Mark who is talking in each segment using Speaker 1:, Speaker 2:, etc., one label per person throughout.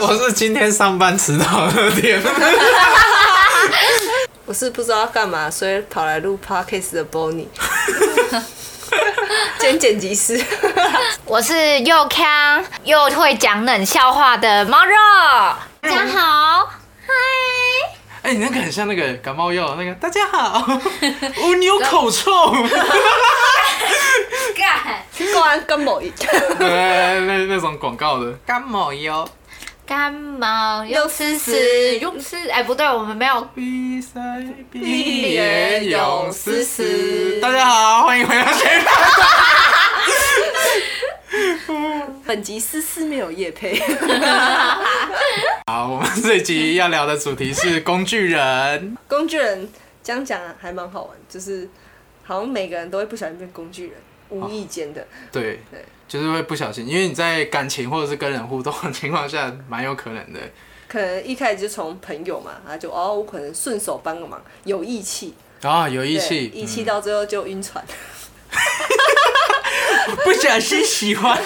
Speaker 1: 我是今天上班迟到二点。
Speaker 2: 我是不知道要干嘛，所以跑来录 podcast 的 Bonnie，兼剪辑师。
Speaker 3: 我是又康又会讲冷笑话的猫肉。大家好，嗨，
Speaker 1: 哎、你那个很像那个感冒药那个，大家好，我你有口臭。
Speaker 3: 干
Speaker 2: 果然跟某一
Speaker 1: 对，那那种广告的感冒药。
Speaker 3: 干毛又吃屎又吃，哎不对，我们没有
Speaker 1: 比赛
Speaker 2: 毕业有思思
Speaker 1: 大家好，欢迎回到谁吧。
Speaker 2: 本集思思没有夜 配，
Speaker 1: 好，我们这集要聊的主题是工具人。
Speaker 2: 工具人这样讲还蛮好玩，就是好像每个人都会不小心变工具人，无意间的。
Speaker 1: 对
Speaker 2: 对，
Speaker 1: 就是会不小心，因为你在感情或者是跟人互动的情况下，蛮有可能的。
Speaker 2: 可能一开始就从朋友嘛，他就哦，我可能顺手帮个忙，有义气，
Speaker 1: 啊、有义
Speaker 2: 对
Speaker 1: 气，嗯
Speaker 2: 义气到最后就晕船。
Speaker 1: 不小心喜欢，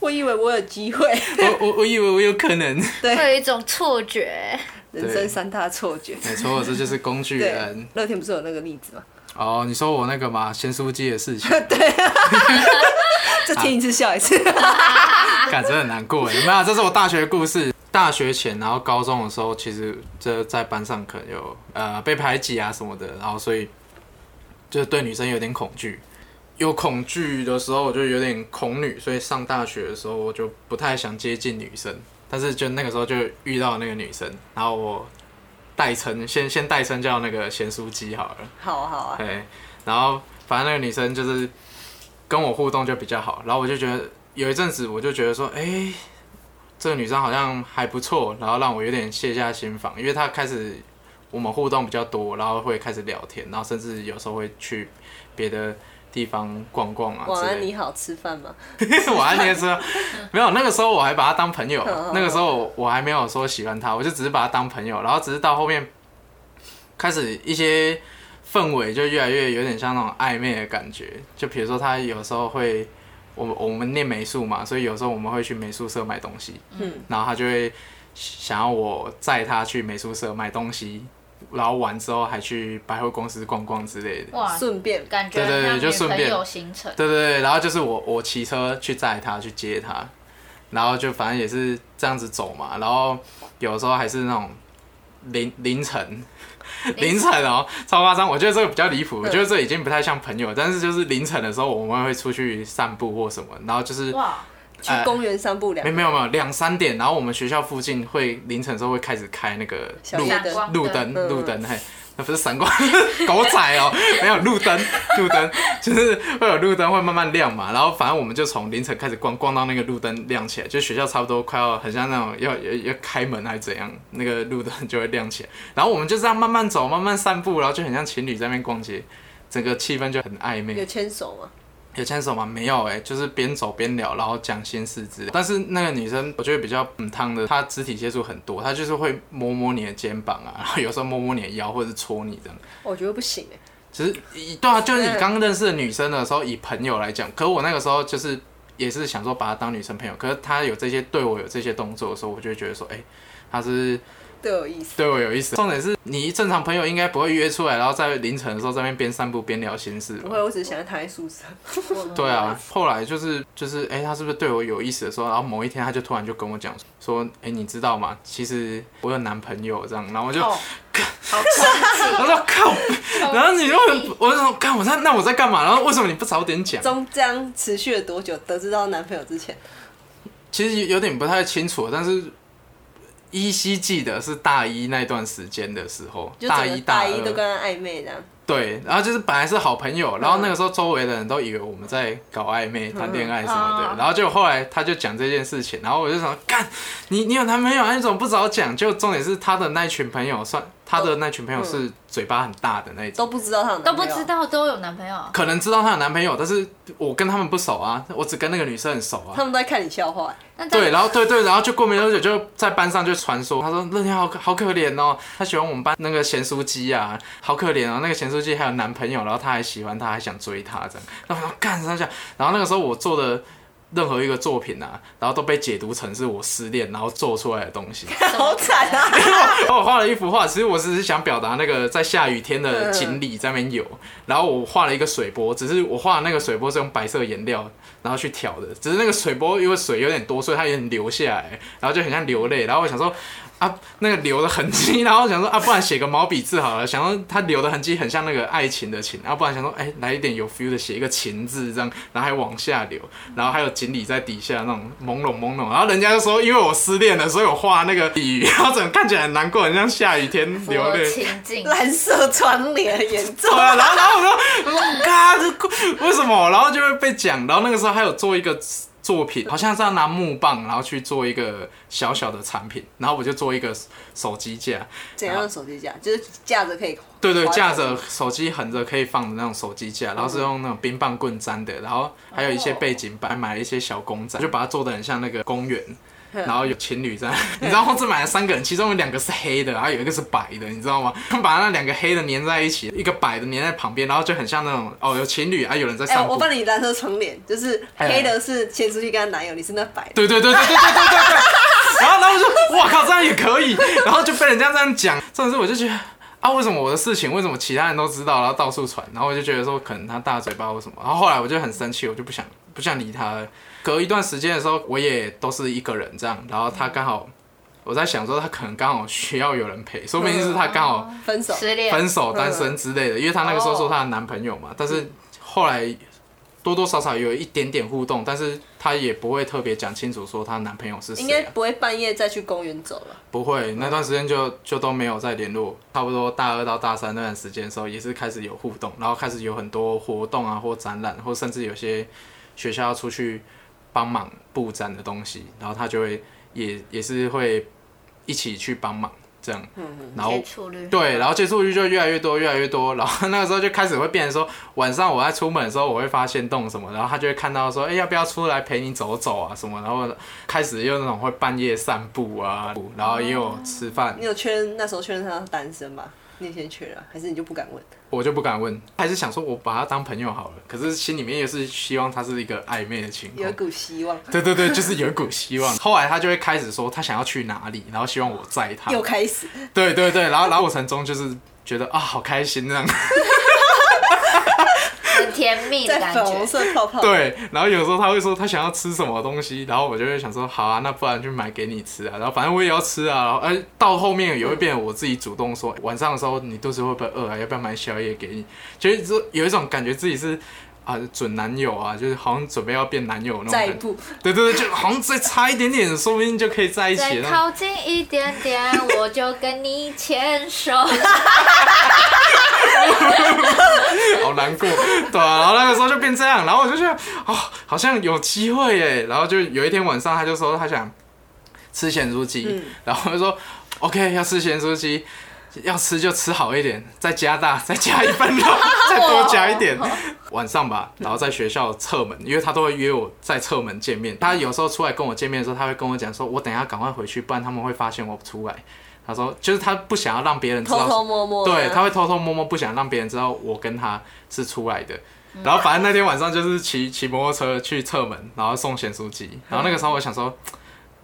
Speaker 2: 我以为我有机会，
Speaker 1: 我我我以为我有可能。
Speaker 3: 会有一种错觉，
Speaker 2: 人生三大错觉。
Speaker 1: 没错，这就是工具
Speaker 2: 对
Speaker 1: 人。，
Speaker 2: 乐天不是有那个例子吗？
Speaker 1: 哦，你说我那个嘛，咸酥鸡的事情，啊
Speaker 2: 这听一次笑一次。
Speaker 1: 感觉很难过耶。没有啊，这是我大学的故事。大学前，然后高中的时候，其实这在班上可能有呃被排挤啊什么的，然后所以就对女生有点恐惧。有恐惧的时候，我就有点恐女，所以上大学的时候我就不太想接近女生。但是就那个时候就遇到那个女生，然后我代称先先代称叫那个咸酥鸡好了。
Speaker 2: 好啊好啊，
Speaker 1: 对，然后反正那个女生就是跟我互动就比较好，然后我就觉得有一阵子我就觉得说，哎、这个女生好像还不错，然后让我有点卸下心防，因为她开始我们互动比较多，然后会开始聊天，然后甚至有时候会去别的地方逛逛啊
Speaker 2: 晚
Speaker 1: 之
Speaker 2: 安
Speaker 1: 类
Speaker 2: 你好，吃饭吗？
Speaker 1: 的。晚安，你也 知道，没有那个时候我还把她当朋友
Speaker 2: 嗯，
Speaker 1: 那个时候我我还没有说喜欢她，我就只是把她当朋友，然后只是到后面开始一些氛围就越来越有点像那种暧昧的感觉。就比如说他有时候会，我我们念美术嘛，所以有时候我们会去美术社买东西，
Speaker 2: 嗯，
Speaker 1: 然后他就会想要我载他去美术社买东西，然后完之后还去百货公司逛逛之类的。
Speaker 3: 哇，
Speaker 2: 顺便
Speaker 3: 感觉
Speaker 1: 对对对
Speaker 3: 很
Speaker 1: 就
Speaker 3: 像
Speaker 1: 顺
Speaker 3: 女
Speaker 1: 便
Speaker 3: 朋友行程，
Speaker 1: 对对对，然后就是我我骑车去载他去接他，然后就反正也是这样子走嘛，然后有时候还是那种凌凌晨。凌晨哦，超夸张！我觉得这个比较离谱，我觉得这已经不太像朋友，但是就是凌晨的时候，我们会出去散步或什么，然后就是
Speaker 3: 哇，
Speaker 2: 去公园散步两
Speaker 1: 没，没有没有两三点，然后我们学校附近会凌晨的时候会开始开那个
Speaker 2: 小
Speaker 1: 路
Speaker 2: 夜
Speaker 3: 闪光
Speaker 1: 路
Speaker 3: 灯
Speaker 1: 灯
Speaker 2: 嗯
Speaker 1: 路灯，嘿，那不是闪光 狗仔哦、没有路灯 路灯，就是会有路灯会慢慢亮嘛，然后反正我们就从凌晨开始逛逛到那个路灯亮起来，就学校差不多快要很像那种要要要开门还是怎样，那个路灯就会亮起来，然后我们就这样慢慢走慢慢散步，然后就很像情侣在那边逛街，整个气氛就很暧昧
Speaker 2: 有。牵手吗？
Speaker 1: 有牵手吗？没有哎、就是边走边聊，然后讲心事之类。但是那个女生，我觉得比较嗯烫的，她肢体接触很多，她就是会摸摸你的肩膀啊，然后有时候摸摸你的腰，或者是戳你这样。
Speaker 2: 我觉得不行哎，
Speaker 1: 只是以对啊，就是你刚认识的女生的时候，以朋友来讲，可我那个时候就是也是想说把她当女生朋友，可是她有这些对我有这些动作的时候，我就会觉得说，哎、她是
Speaker 2: 对我有意思。
Speaker 1: 对我有意思。重点是你正常朋友应该不会约出来，然后在凌晨的时候在那边边散步边聊心事吧
Speaker 2: 不会，我只是想要躺在宿舍。
Speaker 1: 对啊，后来就是就是，哎、他是不是对我有意思的时候，然后某一天他就突然就跟我讲说，哎、你知道吗？其实我有男朋友这样，然后我就，
Speaker 3: 哦好
Speaker 1: 我
Speaker 3: 刺
Speaker 1: 说靠，
Speaker 2: 哦
Speaker 3: 激，
Speaker 1: 然后你为什么？我就说，看我在那我在干嘛？然后为什么你不早点讲？
Speaker 2: 中这样持续了多久？得知到男朋友之前，
Speaker 1: 其实有点不太清楚，但是依稀记得是大一那段时间的时候，
Speaker 2: 就
Speaker 1: 大
Speaker 2: 整
Speaker 1: 一
Speaker 2: 个大
Speaker 1: 二
Speaker 2: 一都跟他暧昧这样。
Speaker 1: 对，然后就是本来是好朋友，然后那个时候周围的人都以为我们在搞暧昧、谈恋爱什么
Speaker 3: 哦
Speaker 1: 的，然后就后来他就讲这件事情，然后我就想，干，你你有男朋友啊，你怎么不早讲？就重点是他的那一群朋友算，他的那群朋友是嘴巴很大的那一种，
Speaker 2: 都不知道他有
Speaker 3: 都
Speaker 2: 男
Speaker 3: 不
Speaker 2: 朋友啊
Speaker 3: 知道都有男朋友，
Speaker 1: 可能知道她有男朋友，但是我跟他们不熟啊，我只跟那个女生很熟啊
Speaker 2: 他。们都在看你笑话欸。
Speaker 3: 那 这
Speaker 1: 对，
Speaker 3: 样
Speaker 1: 然后对对，然后就过没多久就在班上就传说，他说乐天好可好可怜哦，他喜欢我们班那个咸酥鸡啊，好可怜哦，那个咸酥鸡还有男朋友，然后他还喜欢他，还想追他这样，然后我说干啥想，然后那个时候我做的任何一个作品啊，然后都被解读成是我失恋然后做出来的东西。
Speaker 2: 好惨啊！
Speaker 1: 然后我画了一幅画，其实我只是想表达那个在下雨天的锦鲤在那边游，然后我画了一个水波，只是我画的那个水波是用白色颜料然后去调的，只是那个水波因为水有点多，所以它有点流下来，然后就很像流泪，然后我想说。啊，那个流的痕迹，然后我想说啊，不然写个毛笔字好了。想说它流的痕迹很像那个爱情的情，然后不然想说，哎、来一点有 feel 的，写一个情字这样，然后还往下流，然后还有锦鲤在底下那种朦胧朦胧。然后人家就说，因为我失恋了，所以我画那个鲤鱼，然后整个看起来很难过，很像下雨天流泪。
Speaker 3: 情 境，
Speaker 2: 蓝色窗帘严重
Speaker 1: 对，啊，然后然后我说，我说嘎，这故为什么？然后就会被讲。然后那个时候还有做一个作品，好像是要拿木棒，然后去做一个小小的产品，然后我就做一个手机架。
Speaker 2: 怎样的手机架？就是架着可以。
Speaker 1: 对对，架着手机横着可以放的那种手机架，然后是用那种冰棒棍粘的，然后还有一些背景板，买了一些小公仔，就把它做的很像那个公园。然后有情侣在， 你知道我只买了三个人，其中有两个是黑的，然后有一个是白的，你知道吗？ 把那两个黑的粘在一起，一个白的粘在旁边，然后就很像那种哦，有情侣啊，有人在
Speaker 2: 哎、
Speaker 1: 散
Speaker 2: 我
Speaker 1: 步。
Speaker 2: 帮你蓝色窗帘，就是
Speaker 1: 哎
Speaker 2: 黑的是牵出去跟她男友，你是那白的。
Speaker 1: 对对对对对对对对对。然后他们说：“哇靠，这样也可以。”然后就被人家这样讲，这种事我就觉得啊，为什么我的事情为什么其他人都知道，然后到处传？然后我就觉得说，可能他大嘴巴或什么。然后后来我就很生气，我就不想不想理他了。隔一段时间的时候，我也都是一个人这样，然后他刚好。我在想说，他可能刚好需要有人陪，说不定是他刚好
Speaker 2: 分手，
Speaker 3: 失恋，
Speaker 1: 分手、单身之类的，因为她那个时候说她的男朋友
Speaker 2: 嗯
Speaker 1: 嘛，但是后来多多少少有一点点互动，但是她也不会特别讲清楚说她男朋友是
Speaker 2: 应
Speaker 1: 谁、
Speaker 2: 该嗯
Speaker 1: 啊，
Speaker 2: 不会半夜再去公园走了。
Speaker 1: 不会。那段时间就就都没有再联络，差不多大二到大三那段时间的时候，也是开始有互动，然后开始有很多活动啊，或展览，或甚至有些学校要出去帮忙布展的东西，然后她就会也也是会一起去帮忙这样，
Speaker 2: 嗯
Speaker 1: 然后
Speaker 3: 接触率，
Speaker 1: 对，然后接触率就越来越多，越来越多，然后那个时候就开始会变成说，晚上我在出门的时候，我会发现动什么，然后他就会看到说，哎、要不要出来陪你走走啊什么，然后开始又那种会半夜散步啊，然后也有吃饭，
Speaker 2: 你有确认那时候确认他单身吗？你先确认，啊还是你就不敢问？
Speaker 1: 我就不敢问，还是想说我把他当朋友好了，可是心里面也是希望他是一个暧昧的情
Speaker 2: 有一
Speaker 1: 况。
Speaker 2: 股希望，
Speaker 1: 对对对，就是有一股希望。 后来他就会开始说他想要去哪里，然后希望我载他。
Speaker 2: 又开始。
Speaker 1: 对对对，然后然后过程中就是觉得啊好开心这样。
Speaker 3: 很甜蜜的
Speaker 2: 在
Speaker 3: 感
Speaker 2: 粉红
Speaker 3: 觉。
Speaker 2: 色泡泡。
Speaker 1: 对，然后有时候他会说他想要吃什么东西，然后我就会想说好啊，那不然就买给你吃啊，然后反正我也要吃啊，然后哎、到后面也会变成我自己主动说，晚上的时候你肚子会不会饿啊，要不要买宵夜给你？就是说有一种感觉自己是啊准男友啊，就是好像准备要变男友那种
Speaker 2: 再一
Speaker 1: 感觉，
Speaker 2: 步，
Speaker 1: 对对对，就好像再差一点点，说不定就可以在一起
Speaker 3: 再
Speaker 1: 了那种。
Speaker 3: 靠近一点点，我就跟你牵手。
Speaker 1: 好难过，对啊，然后那个时候就变这样，然后我就觉得哦，好像有机会耶，然后就有一天晚上，他就说他想吃咸酥鸡，
Speaker 2: 嗯
Speaker 1: 然后我就说 OK，要吃咸酥鸡，要吃就吃好一点，再加大，再加一份肉，再多加一点。晚上吧，然后在学校侧门，因为他都会约我在侧门见面。他有时候出来跟我见面的时候，他会跟我讲说，我等一下赶快回去，不然他们会发现我出来。他说，就是他不想要让别人知道
Speaker 2: 偷偷摸摸。
Speaker 1: 对，他会偷偷摸摸，不想让别人知道我跟他是出来的。然后反正那天晚上就是骑骑摩托车去侧门，然后送咸酥鸡。然后那个时候我想说，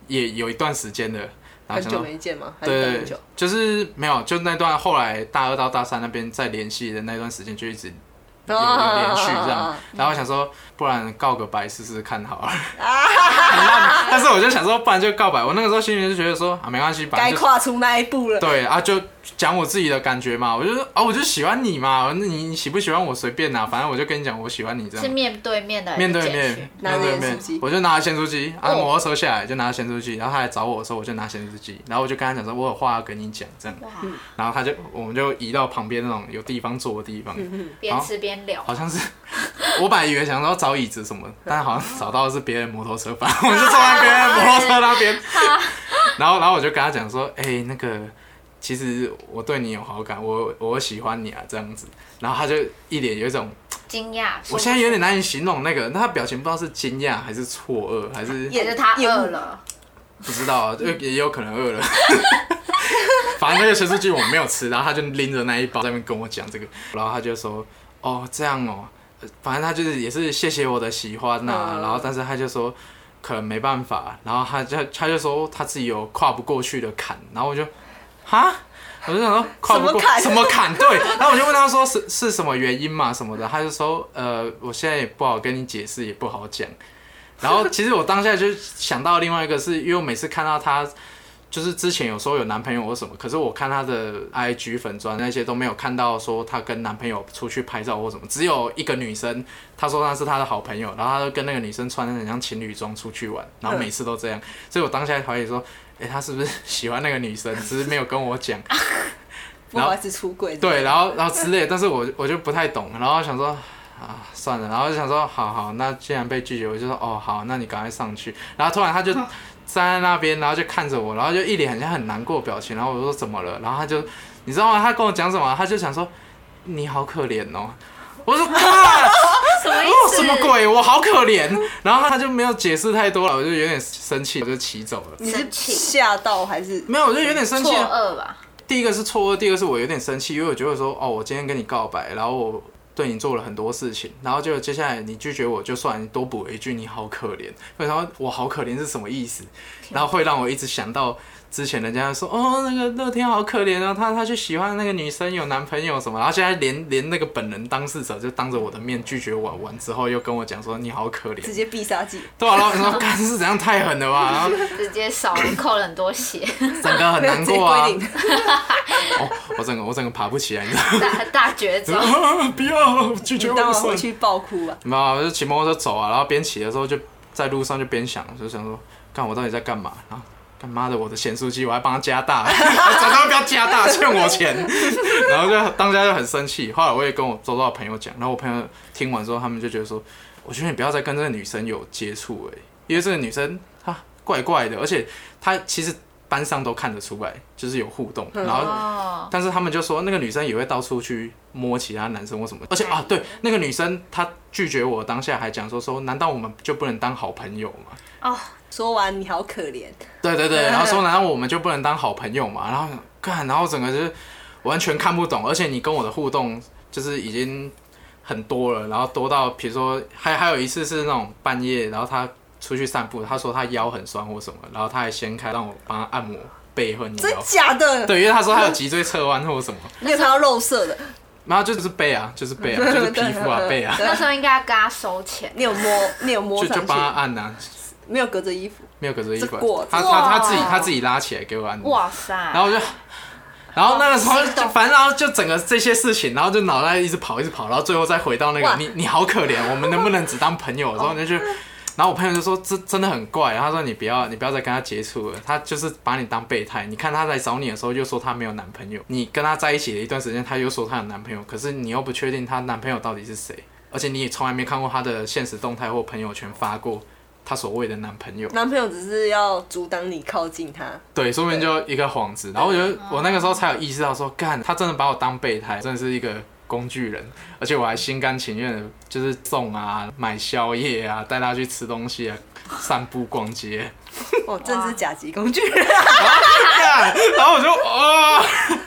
Speaker 1: 也有一段时间了，然后
Speaker 2: 很
Speaker 1: 想
Speaker 2: 久
Speaker 1: 说，
Speaker 2: 没见吗？还是等
Speaker 1: 对
Speaker 2: 很久？，
Speaker 1: 就是没有，就那段后来大二到大三那边再联系的那段时间，就一直 有有连续这
Speaker 2: 啊
Speaker 1: 样。然后我想说，不然告个白试试看好了。 很烂，但是我就想说，不然就告白。我那个时候心里面就觉得说，啊，没关系，反正
Speaker 2: 该
Speaker 1: 就
Speaker 2: 跨出那一步了。
Speaker 1: 对啊，就讲我自己的感觉嘛，我就说啊，我就喜欢你嘛，那你你喜不喜欢我随便啦、反正我就跟你讲我喜欢你 这
Speaker 3: 是
Speaker 1: 样。
Speaker 3: 面对面的，
Speaker 1: 面对面，，
Speaker 2: 拿
Speaker 1: 面
Speaker 2: 着
Speaker 1: 对
Speaker 2: 咸
Speaker 1: 面
Speaker 2: 酥鸡，
Speaker 1: 我就拿了咸酥鸡，啊，
Speaker 3: 哦
Speaker 1: 摩托车下来就拿了咸酥鸡，然后他来找我的时候，我就拿咸酥鸡，然后我就跟他讲说，我有话要跟你讲这样，
Speaker 3: 哇，
Speaker 1: 然后他就我们就移到旁边那种有地方坐的地方，
Speaker 3: 边吃边聊，
Speaker 1: 好像是我本来以为想说找椅子什么，但好像找到的是别人摩托车吧， 我就坐在别人摩托车那边。然后，然后我就跟他讲说，哎、那个，其实我对你有好感，我我喜欢你啊，这样子。然后他就一脸有一种，
Speaker 3: 惊讶。
Speaker 1: 我现在有点难以形容那个，那他表情不知道是惊讶还是错愕，还是
Speaker 3: 也是他饿了，
Speaker 1: 不知道啊，就也有可能饿了。反正那个咸酥鸡我没有吃，然后他就拎着那一包在那边跟我讲这个，然后他就说：“哦，这样哦，呃反正他就是也是谢谢我的喜欢呐、
Speaker 2: 嗯
Speaker 1: 然后但是他就说可能没办法，然后他就他就说他自己有跨不过去的坎，然后我就哈。我就想 说跨不过
Speaker 2: 什么坎
Speaker 1: 什么坎？ 对，然后我就问他说是是什么原因嘛什么的，他就说呃，我现在也不好跟你解释，也不好讲。然后其实我当下就想到另外一个是，因为我每次看到她，就是之前有时候有男朋友或什么，可是我看她的 IG 粉砖那些都没有看到说她跟男朋友出去拍照或什么，只有一个女生，她说她是她的好朋友，然后她就跟那个女生穿的很像情侣装出去玩，然后每次都这样，所以我当下怀疑说，诶，她是不是 喜欢那个女生，只是没有跟我讲。
Speaker 2: 不好意思出柜。
Speaker 1: 对，然后然后之类的，但是我我就不太懂，然后想说啊算了，然后就想说好好，那既然被拒绝，我就说哦好，那你赶快上去。然后突然他就站在那边，然后就看着我，然后就一脸很像很难过的表情，然后我说怎么了？然后他就你知道吗？他跟我讲什么？他就想说你好可怜哦。我说啊，
Speaker 3: 什么意
Speaker 1: 哦
Speaker 3: 思？
Speaker 1: 什么鬼？我好可怜。然后他就没有解释太多了，我就有点生气，我就骑走了。
Speaker 2: 你是
Speaker 3: 生气
Speaker 2: 吓到 还是？
Speaker 1: 没有，我就有点生气
Speaker 3: 错
Speaker 1: 啊。
Speaker 3: 愕吧？
Speaker 1: 第一个是错愕，第二个是我有点生气，因为我觉得说，哦，我今天跟你告白，然后我对你做了很多事情，然后就接下来你拒绝我，就算你多补了一句你好可怜，然后我好可怜是什么意思？然后会让我一直想到之前人家说，哦，那个乐天好可怜啊，他他去喜欢那个女生有男朋友什么，然后现在连连那个本人当事者就当着我的面拒绝我完之后，又跟我讲说你好可
Speaker 2: 直
Speaker 1: 怜，
Speaker 2: 接必杀技，
Speaker 1: 对啊，然后我想说，干是怎样太狠了吧，然后
Speaker 3: 直接少扣了很 多血，
Speaker 1: 整个很难过啊
Speaker 2: 直接，归 零
Speaker 1: 哦，我整个我整个爬不起来，你知道吗
Speaker 3: 大大绝招。
Speaker 1: 啊！ 不要拒绝
Speaker 2: 你
Speaker 1: 我
Speaker 2: 当
Speaker 1: 的
Speaker 2: 晚回
Speaker 1: 算。
Speaker 2: 去爆哭啊吧。
Speaker 1: 没有，我就骑摩托车走啊，然后边骑的时候就在路上就边想，就想说，看我到底在干嘛？然后干妈的我的显速器我还帮他加 大，早知道不要加大，欠我钱。然后就当家就很生气，后来我也跟我周遭的朋友讲，然后我朋友听完之后，他们就觉得说，我觉得你不要再跟这个女生有接触哎、因为这个女生她怪怪的，而且她其实班上都看得出来，就是有互动，然后
Speaker 3: 哦，
Speaker 1: 但是他们就说那个女生也会到处去摸其他男生或什
Speaker 2: 嗯
Speaker 1: 么，而且啊，对，那个女生她拒绝我当下还讲说说，难道我们就不能当好朋友 吗？
Speaker 3: 哦，
Speaker 2: 说完你好可怜，
Speaker 1: 对对对，然后说难道我们就不能当好朋友嘛？然后看，然后整个就是完全看不懂，而且你跟我的互动就是已经很多了，然后多到比如说还还有一次是那种半夜，然后她出去散步，她说她腰很酸或什么，然后她还掀开让我帮她按摩背和
Speaker 2: 真
Speaker 1: 腰，
Speaker 2: 假的？
Speaker 1: 对，因为她说她有脊椎侧弯或什么。
Speaker 2: 你有看到肉色的？
Speaker 1: 然后就是背啊，就是背 啊，就是皮肤啊背啊，
Speaker 2: 对
Speaker 3: 那时候应该要跟他收钱。
Speaker 2: 你有 摸，你有摸
Speaker 1: 就就
Speaker 2: 上
Speaker 1: 帮他
Speaker 2: 去，
Speaker 1: 按啊，
Speaker 2: 没有隔着衣服，
Speaker 1: 没有隔着衣服
Speaker 2: 这过
Speaker 1: 啊，他
Speaker 3: 哇
Speaker 1: 他他自己他自己拉起来给我按，
Speaker 3: 哇塞！然
Speaker 1: 然后我就，然后那个时候
Speaker 3: 啊好激动
Speaker 1: 就反正然后就整个这些事情，然后就脑袋一直跑一直跑，然后最后再回到那
Speaker 2: 哇
Speaker 1: 个你你好可怜，我们能不能只当 朋友？然后就去。然后我朋友就说：“这真的很怪。”他说：“你不要，你不要再跟他接触了。他就是把你当备胎。你看他来找你的时候，又说他没有男朋友；你跟他在一起的一段时间，他又说他有男朋友。可是你又不确定她男朋友到底是谁，而且你也从来没看过她的现实动态或朋友圈发过她所谓的男朋友。
Speaker 2: 男朋友只是要阻挡你靠近 他，
Speaker 1: 对，说不定就一个幌子。然后我觉得我那个时候才有意识到说，干，他真的把我当备胎，真的是一个工具人，而且我还心甘情愿的，就是送啊、买宵夜啊、带他去吃东西啊、散步、逛街。
Speaker 2: 哦，真是甲 级工具人。
Speaker 1: 干然后我就啊。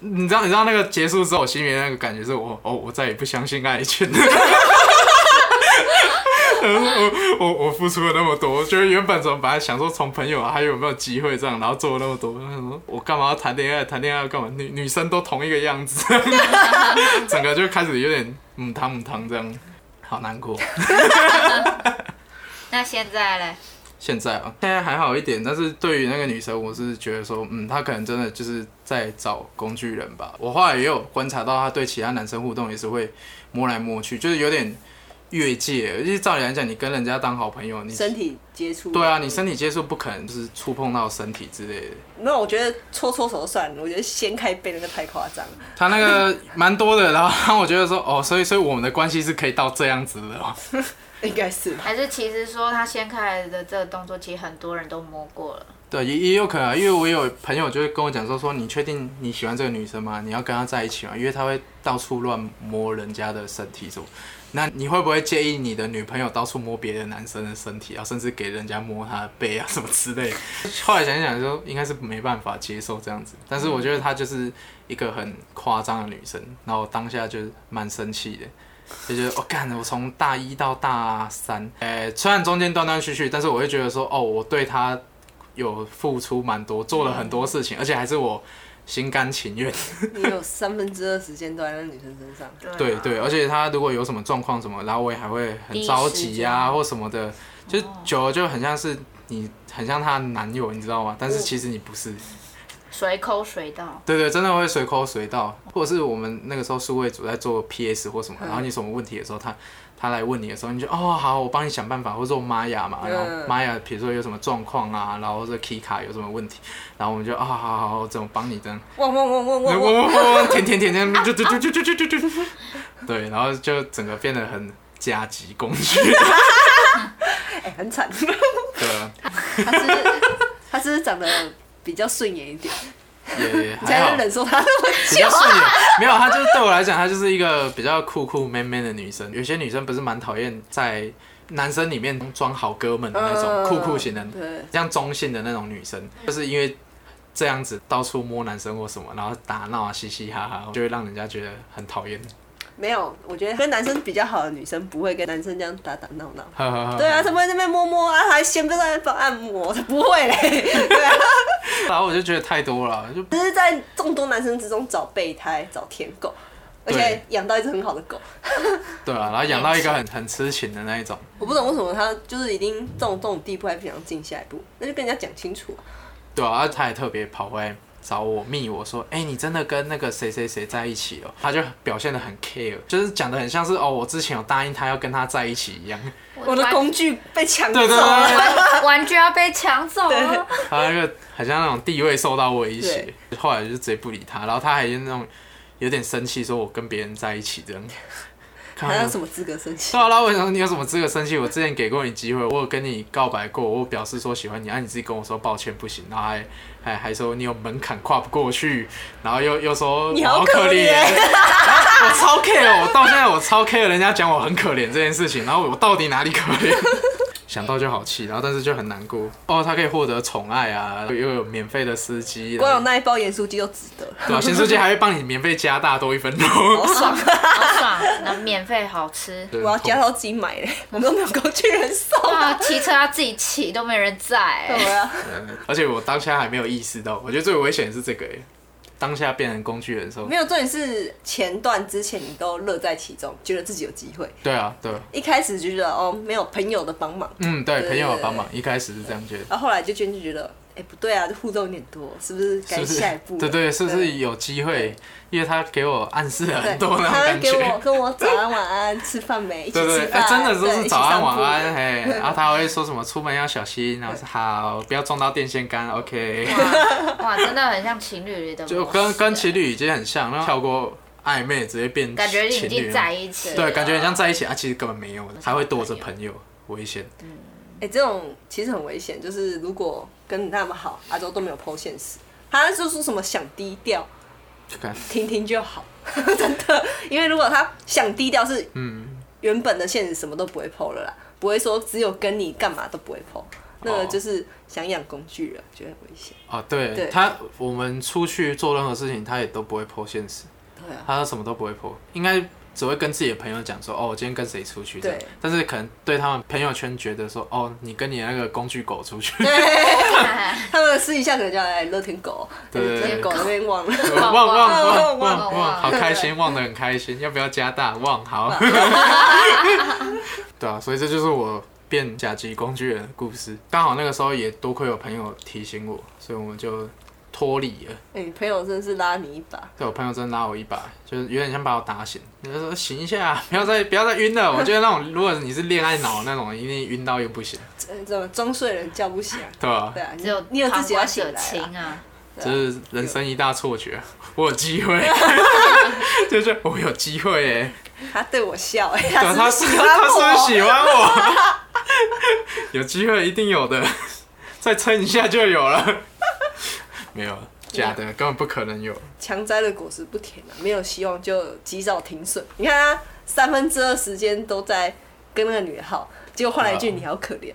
Speaker 1: 你知道，你知道那个结束之后，我心里面那个感觉是我哦，我再也不相信爱情了。 我我我付出了那么多，就是原本怎么本来想说从朋友啊，还有没有机会这样，然后做了那么多，我想说我干嘛要谈恋爱？谈恋爱要干嘛？女女生都同一个样子， 整个就开始有点母汤母汤这样，好难过。
Speaker 3: 那现在嘞？
Speaker 1: 现在啊，现在还好一点，但是对于那个女生，我是觉得说，嗯，她可能真的就是在找工具人吧。我后来也有观察到，她对其他男生互动也是会摸来摸去，就是有点越界。因为照理来讲，你跟人家当好朋友，你
Speaker 2: 身体接触，
Speaker 1: 对啊，你身体接触不可能就是触碰到身体之类的。
Speaker 2: 没有，我觉得搓搓手算了，我觉得掀开背那个太夸张了。
Speaker 1: 她那个蛮多的，然后让我觉得说，哦，所以所以我们的关系是可以到这样子的、哦。
Speaker 2: 应该是吧？
Speaker 3: 还是其实说他掀开来的这个动作，其实很多人都摸过了。
Speaker 1: 对，也也有可能啊，因为我有朋友就会跟我讲说，说你确定你喜欢这个女生吗？你要跟她在一起吗？因为她会到处乱摸人家的身体什么。那你会不会介意你的女朋友到处摸别的男生的身体啊，甚至给人家摸她的背啊什么之类的？后来想一想说，应该是没办法接受这样子。但是我觉得她就是一个很夸张的女生，然后我当下就是蛮生气的。就觉得我干、我从大一到大三，呃、虽然中间断断续续，但是我会觉得说，哦，我对他有付出蛮多，做了很多事
Speaker 3: 嗯
Speaker 1: 情，而且还是我心甘情愿。
Speaker 2: 你有三分之二时间都在那女生身 上，
Speaker 1: 对
Speaker 3: 啊
Speaker 1: 对，而且他如果有什么状况什么，然后我也还会很
Speaker 3: 第一
Speaker 1: 着
Speaker 3: 时
Speaker 1: 急
Speaker 3: 间哦
Speaker 1: 呀、或什么的，就久了就很像是你很像她的男友，你知道吗？但
Speaker 3: 哦
Speaker 1: 是其实你不是，
Speaker 3: 随口随到，
Speaker 1: 对对，真的会随口随到，或者是我们那个时候数位组在做 PS 或什
Speaker 3: 嗯
Speaker 1: 么，然后你什么问题的时候，他他来问你的时候，你就哦好，我帮你想办法，或者用玛雅嘛，
Speaker 2: 嗯
Speaker 1: 然后玛雅比如说有什么状况啊，然后这 key 卡有什么问题，然后我们就啊、好好好，我怎么帮你这样。
Speaker 2: 汪汪汪汪
Speaker 1: 我
Speaker 2: 汪汪，
Speaker 1: 我我舔舔舔舔，就就就就就就就就，对，然后就整个变得很加急工具，
Speaker 2: 哎，很惨。
Speaker 1: 对啊，
Speaker 2: 他是不是他是不是长得比较顺眼一点，
Speaker 1: 也
Speaker 2: 你
Speaker 1: 还
Speaker 2: 才
Speaker 1: 好
Speaker 2: 能，忍受他那么
Speaker 1: 比较顺眼。没有，她就是对我来讲，她就是一个比较酷酷 man man 的女生。有些女生不是蛮讨厌在男生里面装好哥们的那 种酷酷型的，
Speaker 2: 对，
Speaker 1: 像中性的那种女生，就是因为。这样子到处摸男生或什么，然后打闹啊，嘻嘻哈哈，就会让人家觉得很讨厌。
Speaker 2: 没有，我觉得跟男生比较好的女生不会跟男生这样打打闹闹。
Speaker 1: 呵呵呵。
Speaker 2: 对啊，他们在那边摸摸啊，还先不在那边按摩，才不会嘞。 对啊，
Speaker 1: 然后我就觉得太多了，就
Speaker 2: 只是在众多男生之中找备胎，找舔狗，而且
Speaker 1: 对
Speaker 2: 养到一只很好的狗。
Speaker 1: 对啊，然后养到一个很很痴情的那一种。
Speaker 2: 我不懂为什么他就是已经这种这种地步还不想进下一步，那就跟人家讲清楚啊、
Speaker 1: 对啊，他也特别跑回来找我密我说，哎、你真的跟那个谁谁谁在一起了？他就表现的很 care，就是讲的很像是哦，我之前有答应他要跟他在一起一样。
Speaker 2: 我的工具被抢走
Speaker 1: 对对对
Speaker 2: 了。
Speaker 1: 对，
Speaker 3: 玩玩具要被抢走了，
Speaker 1: 他那个很像那种地位受到威胁，后来就直接不理他，然后他还那种有点生气，说我跟别人在一起这样。看
Speaker 2: 还
Speaker 1: 到
Speaker 2: 有什么资格生 气
Speaker 1: 对？啊，然后我想说你有什么资格生气？我之前给过你机会，我有跟你告白过，我表示说喜欢你，啊，你自己跟我说抱歉不行，然后还还还说你有门槛跨不过去，然后又又说
Speaker 2: 你
Speaker 1: 我
Speaker 2: 好
Speaker 1: 好
Speaker 2: 可
Speaker 1: 可
Speaker 2: 怜
Speaker 1: 怜， 然后我超 care，我到现在我超 care 人家讲我很可怜这件事情，然后我到底哪里可怜？ 想到就好气，然后但是就很难过哦。他可以获得宠爱啊，又有免费的司机，啊
Speaker 2: 光有
Speaker 1: 对
Speaker 2: 那一包盐酥鸡就值得了。
Speaker 1: 吧？咸酥鸡还会帮你免费加大多一分钟，
Speaker 3: 好爽，那免费好吃。
Speaker 1: 对
Speaker 2: 哦我要加到自己买嘞， 我们都没有工具人送。
Speaker 3: 哇，骑车要自己骑，都没人在。
Speaker 2: 对 啊，
Speaker 1: 而且我当下还没有意识到，我觉得最危险的是这个耶，当下变成工具人的时候
Speaker 2: 没。有重点是前段之前你都乐在其中，觉得自己有机会。
Speaker 1: 对啊，对，
Speaker 2: 一开始就觉得哦，没有朋友的帮忙，
Speaker 1: 嗯，对，
Speaker 2: 对
Speaker 1: 朋友有帮忙，一开始是这样觉得，
Speaker 2: 然后后来就渐渐觉得，哎、不对啊，这互动有点多，是不是
Speaker 1: 是
Speaker 2: 该
Speaker 1: 不是
Speaker 2: 下一步？？
Speaker 1: 对对，是不是有机会？因为他给我暗示了
Speaker 2: 对，
Speaker 1: 很多那种
Speaker 2: 他会
Speaker 1: 感
Speaker 2: 给我
Speaker 1: 觉。
Speaker 2: 跟我早安晚安，吃饭 没？一起
Speaker 1: 对
Speaker 2: 吃
Speaker 1: 对，
Speaker 2: 饭、啊
Speaker 1: 哎，真的都
Speaker 2: 对
Speaker 1: 是早安晚。
Speaker 2: 一起
Speaker 1: 安，
Speaker 2: 散
Speaker 1: 嘿，然后他会说什么出门要小心，然后说好，不要撞到电线杆，OK，
Speaker 3: 哇，真的很像情侣里的模式，
Speaker 1: 就跟跟情侣已经很像，然后跳过暧昧直接变
Speaker 3: 感觉已
Speaker 1: 情
Speaker 3: 经
Speaker 1: 侣，
Speaker 3: 在一起了，
Speaker 1: 对，感觉很像在一起，啊，其实根本没有，还会躲着朋友，危险。
Speaker 2: 步哎、这种其实很危险，就是如果跟你那么好，阿周都没有剖现实，他就说什么想低调，
Speaker 1: 就看，
Speaker 2: 听听就好， 真的。因为如果他想低调，是
Speaker 1: 嗯，
Speaker 2: 原本的现实什么都不会剖了啦，不会说只有跟你干嘛都不会剖，那个就是想养工具人，觉得很危险。
Speaker 1: 哦，对
Speaker 2: 对
Speaker 1: 他，我们出去做任何事情，他也都不会 po 现实，
Speaker 2: 对啊，
Speaker 1: 他什么都不会 po，应该只会跟自己的朋友讲说，哦，我今天跟谁出去这样
Speaker 2: 对。
Speaker 1: 但是可能对他们朋友圈觉得说，哦，你跟你那个工具狗出去，
Speaker 2: 他们私底下可能叫哎乐天狗，
Speaker 1: 对对
Speaker 2: 乐天狗那边忘了。
Speaker 1: 忘忘忘
Speaker 2: 忘
Speaker 1: 忘忘，
Speaker 3: 忘
Speaker 1: 好开心，忘得很开心，要不要加大忘？好， 对啊，所以这就是我变甲级工具人的故事。刚好那个时候也多亏有朋友提醒我，所以我们就脱离了。
Speaker 2: 哎、你朋友真是拉你一把，
Speaker 1: 对我朋友真的拉我一把，就是有点想把我打醒。你就说醒一下，不要再不要再晕了。我觉得那种如果你是恋爱脑那种，一定晕到又不行，
Speaker 2: 这这种装睡人叫不醒、啊。
Speaker 1: 对吧
Speaker 2: 对？啊，你
Speaker 3: 只有
Speaker 2: 你有自己要醒
Speaker 3: 旁观者
Speaker 2: 来啊
Speaker 3: 清啊，
Speaker 2: 对啊
Speaker 1: 这是人生一大错觉。我有机 会，就是我有机会耶！
Speaker 2: 他对我笑、哎，
Speaker 1: 对啊
Speaker 2: 他
Speaker 1: 他
Speaker 2: 是
Speaker 1: 是
Speaker 2: 不是喜欢
Speaker 1: 他是不是
Speaker 2: 我？
Speaker 1: 喜欢我？ 有机会一定有的，再撑一下就有了。 没有，假的，根本不可能有。
Speaker 2: 强摘的果实不甜啊，没有希望就及早停损。你看他三分之二时间都在跟那个女的好，结果换来一句
Speaker 1: 对啊
Speaker 2: 你好可怜，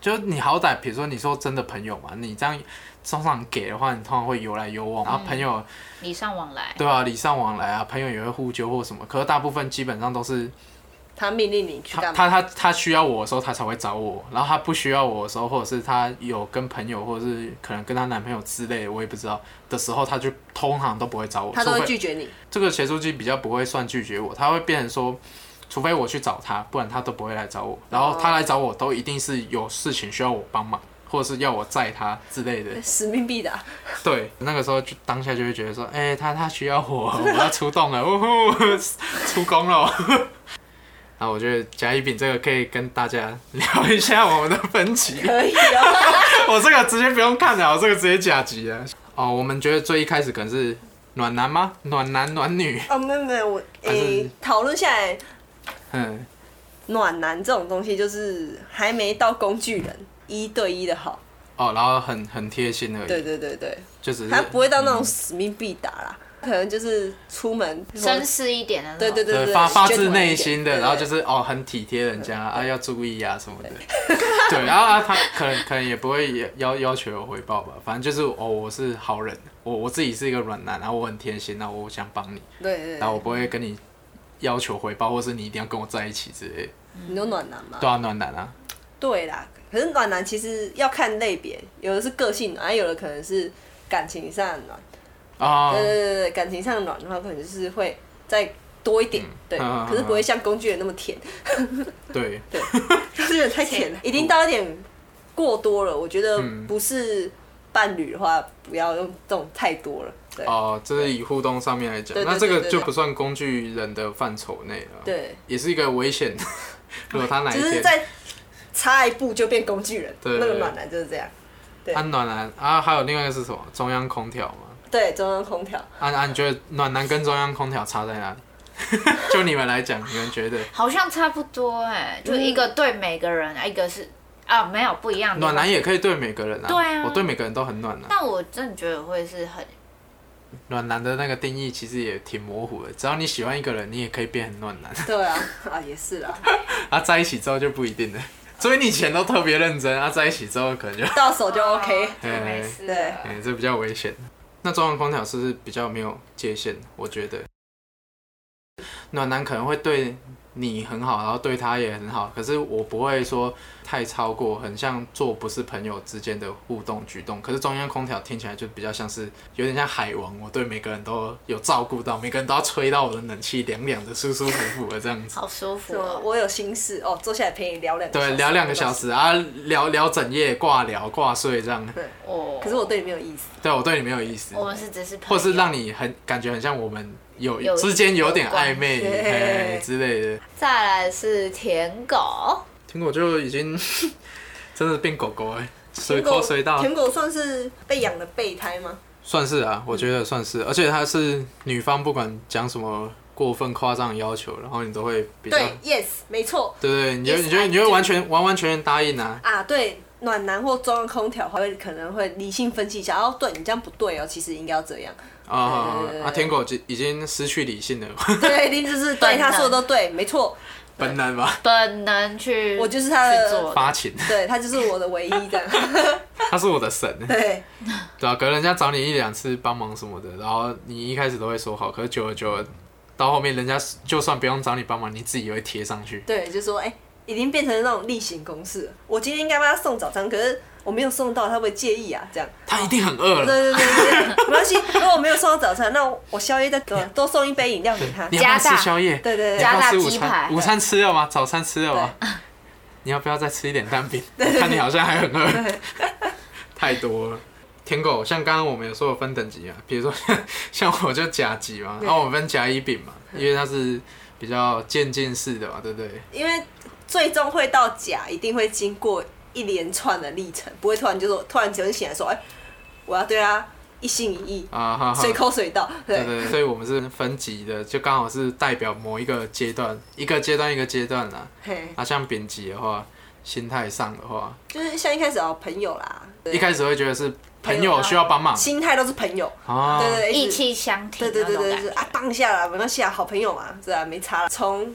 Speaker 1: 就是你好歹，比如说你说真的朋友嘛，你这样通常给的话，你通常会有来有往，然后朋友、
Speaker 3: 礼尚往来。
Speaker 1: 对啊，礼尚往来啊，朋友也会互揪或什么。可是大部分基本上都是
Speaker 2: 他命令你去
Speaker 1: 他
Speaker 2: 干嘛？
Speaker 1: 他他他需要我的时候，他才会找我；然后他不需要我的时候，或者是他有跟朋友，或者是可能跟她男朋友之类的，我也不知道的时候，他就通常都不会找我。
Speaker 2: 他都
Speaker 1: 除
Speaker 2: 会
Speaker 1: 非
Speaker 2: 拒绝你。
Speaker 1: 这个协助机比较不会算拒绝我，他会变成说，除非我去找他，不然他都不会来找我。然后
Speaker 2: 哦
Speaker 1: 他来找我都一定是有事情需要我帮忙，或者是要我载他之类的。
Speaker 2: 使命必达，
Speaker 1: 对，那个时候就当下就会觉得说，哎、他他需要 我，我要出动了，呜呼， 出宫了。 然后我觉得甲乙丙这个可以跟大家聊一下我们的分歧。
Speaker 2: 可以哦。
Speaker 1: 我这个直接不用看了，我这个直接甲级了。哦，我们觉得最一开始可能是暖男吗？暖男暖女，
Speaker 2: 哦，没有没有，我
Speaker 1: 还是
Speaker 2: 诶，讨论下来，
Speaker 1: 嗯。
Speaker 2: 暖男这种东西就是还没到工具人一对一的好。
Speaker 1: 哦，然后很很贴心而已，
Speaker 2: 对对对对，
Speaker 1: 就只是嗯
Speaker 2: 他不会到那种使命必达啦，可能就是出门
Speaker 3: 绅士一点的那种，
Speaker 2: 对对
Speaker 1: 对
Speaker 2: 对
Speaker 1: 发发
Speaker 2: 就
Speaker 1: 自
Speaker 2: 是
Speaker 1: 内心的，
Speaker 2: 对对
Speaker 1: 然后就是哦很体贴人家啊，要注意啊什么的， 对，然后啊他可能可能也不会要要求有回报吧，反正就是哦我是好人，我我自己是一个软男，然后我很贴心，然后我想帮你，
Speaker 2: 对对
Speaker 1: 然后我
Speaker 2: 对，
Speaker 1: 不会跟你要求回报，或是你一定要跟我在一起之类的，
Speaker 2: 你有暖男吗？
Speaker 1: 对啊暖男啊，
Speaker 2: 对啦，可是暖男其实要看类别，有的是个性暖，啊有的可能是感情上的暖。
Speaker 1: 啊
Speaker 2: 对对对对，感情上的暖的话，可能就是会再多一点，对，
Speaker 1: 嗯嗯
Speaker 2: 可是不会像工具人那么甜，
Speaker 1: 对，
Speaker 2: 工具人太甜 了，已经到一点过多了。我觉得
Speaker 1: 嗯
Speaker 2: 不是伴侣的话，不要用这种太多了，对、
Speaker 1: 哦这是以互动上面来讲，
Speaker 2: 对对
Speaker 1: 那这
Speaker 2: 对
Speaker 1: 个
Speaker 2: 对
Speaker 1: 就
Speaker 2: 对
Speaker 1: 不算工具人的范畴内了，，
Speaker 2: 对，
Speaker 1: 也是一个危 险，如果他哪一
Speaker 2: 就
Speaker 1: 天
Speaker 2: 是。再差一步就变工具人，
Speaker 1: 对对
Speaker 2: 那个
Speaker 1: 对
Speaker 2: 暖男就是这样。对
Speaker 1: 安暖男啊，还有另外一个是什么？中央空调嘛。
Speaker 2: 对，中央空 调，
Speaker 1: 啊啊，你觉得暖男跟中央空调差在哪里？ 就你们来讲，你们觉得
Speaker 3: 好像差不多哎、就一
Speaker 2: 嗯
Speaker 3: 个对每个人，一个是啊没有不一样的
Speaker 1: 暖男。也可以对每个人啊？
Speaker 3: 对啊
Speaker 1: 我对每个人都很暖男。
Speaker 3: 但我真的觉得会是很
Speaker 1: 暖男的那个定义其实也挺模糊的，只要你喜欢一个人，你也可以变很暖男。
Speaker 2: 对啊，啊也是啦，
Speaker 1: 啊，在一起之后就不一定了。所以你以前都特别认真，啊，在一起之后可能就，
Speaker 2: 到手就
Speaker 1: 哦
Speaker 2: OK。
Speaker 3: 啊就没事
Speaker 2: 对
Speaker 3: 了。
Speaker 1: 哎、这比较危险。那中央空调是不是比较没有界限？我觉得暖男可能会对你很好，然后对他也很好，可是我不会说太超过，很像做不是朋友之间的互动举动。可是中央空调听起来就比较像是有点像海王，我对每个人都有照顾到，每个人都要吹到我的冷气凉凉的、舒舒服服的这样子。
Speaker 3: 好舒服
Speaker 2: 什么？
Speaker 3: 哦、
Speaker 2: 我有心事哦，坐下来陪你聊两个小
Speaker 1: 啊对，
Speaker 2: 时
Speaker 1: 聊两个小。时啊，聊聊整夜，挂聊挂睡这样。
Speaker 3: 我
Speaker 2: 可是我对你没有意思，
Speaker 1: 对我对你没有意思。
Speaker 3: 我们是只是朋友
Speaker 1: 或是让你很感觉很像我们有
Speaker 3: 有
Speaker 1: 之间有点暧昧
Speaker 2: 有关系
Speaker 1: 嘿之类的。
Speaker 3: 再来是舔狗，
Speaker 1: 听我就已经 真的变狗狗哎、随
Speaker 2: 舔
Speaker 1: 抠
Speaker 2: 狗
Speaker 1: 随到，
Speaker 2: 舔狗算是被养的备胎吗？
Speaker 1: 算是
Speaker 2: 嗯
Speaker 1: 啊，我觉得算是，而且他是女方不管讲什么过分夸张的要求，然后你都会比较
Speaker 2: 对，yes，没错
Speaker 1: 对对，你就
Speaker 2: Yes,
Speaker 1: 你就
Speaker 2: I
Speaker 1: 你就
Speaker 2: do
Speaker 1: 完全完完全全答应啊，
Speaker 2: 啊，对，暖男或中央空调会可能会理性分析一下，哦，对你这样不对哦，其实应该要这样。
Speaker 1: 啊
Speaker 2: 对对对
Speaker 1: 啊，舔狗已已经失去理性了，
Speaker 2: 对，一定就是对他说的都对，没错，
Speaker 1: 本能吧，
Speaker 3: 本能去，
Speaker 2: 我就是他的
Speaker 3: 去做
Speaker 1: 发情，
Speaker 2: 对他就是我的唯一这样。
Speaker 1: 他是我的神，
Speaker 2: 对，
Speaker 1: 对啊，可能人家找你一两次帮忙什么的，然后你一开始都会说好，可是久了久了，到后面人家就算不用找你帮忙，你自己也会贴上去。
Speaker 2: 对，就说哎、已经变成那种例行公事了。我今天应该帮他送早餐，可是我没有送到，他会不会介意啊，这样。
Speaker 1: 他一定很饿了，
Speaker 2: 对对对对，没关系。如果我没有送到早餐，那我宵夜再多多送一杯饮料给他。
Speaker 1: 你要不要
Speaker 3: 加大
Speaker 1: 吃宵夜？
Speaker 2: 对对
Speaker 1: 你
Speaker 2: 对
Speaker 1: 要不要吃
Speaker 3: 加大
Speaker 1: 午
Speaker 3: 鸡排
Speaker 1: 餐？午餐吃了吗？早餐吃了吗？你要不要再吃一点蛋 饼？看你好像还很饿， 太多了。舔狗，像刚刚我们有说有分等级啊，比如说 像我就甲级嘛，然后我分甲乙丙嘛，因为它是比较渐进式的嘛，对不对？
Speaker 2: 因为最终会到甲，一定会经过一连串的历程，不会突然就说突然就醒来说，哎、我要对他一心一意，
Speaker 1: 啊，哈哈。
Speaker 2: 随口随到。对
Speaker 1: 对对，对所以我们是分级的，就刚好是代表某一个阶段，一个阶段一个阶段啦。
Speaker 2: 嘿，
Speaker 1: 啊，像丙级的话，心态上的话，
Speaker 2: 就是像一开始哦，朋友啦，对
Speaker 1: 一开始会觉得是朋
Speaker 3: 朋
Speaker 1: 友
Speaker 3: 友
Speaker 1: 需要帮忙
Speaker 2: 心态都是朋友，
Speaker 1: 啊
Speaker 2: 对，对对，
Speaker 3: 意
Speaker 2: 一直。
Speaker 3: 气相挺
Speaker 2: 对
Speaker 3: 那
Speaker 2: 对
Speaker 3: 种
Speaker 2: 对
Speaker 3: 感
Speaker 2: 对，就
Speaker 3: 觉。
Speaker 2: 是啊，帮一下啦，没关系啊，好朋友
Speaker 1: 嗯
Speaker 2: 嘛，是啊，没差啦。从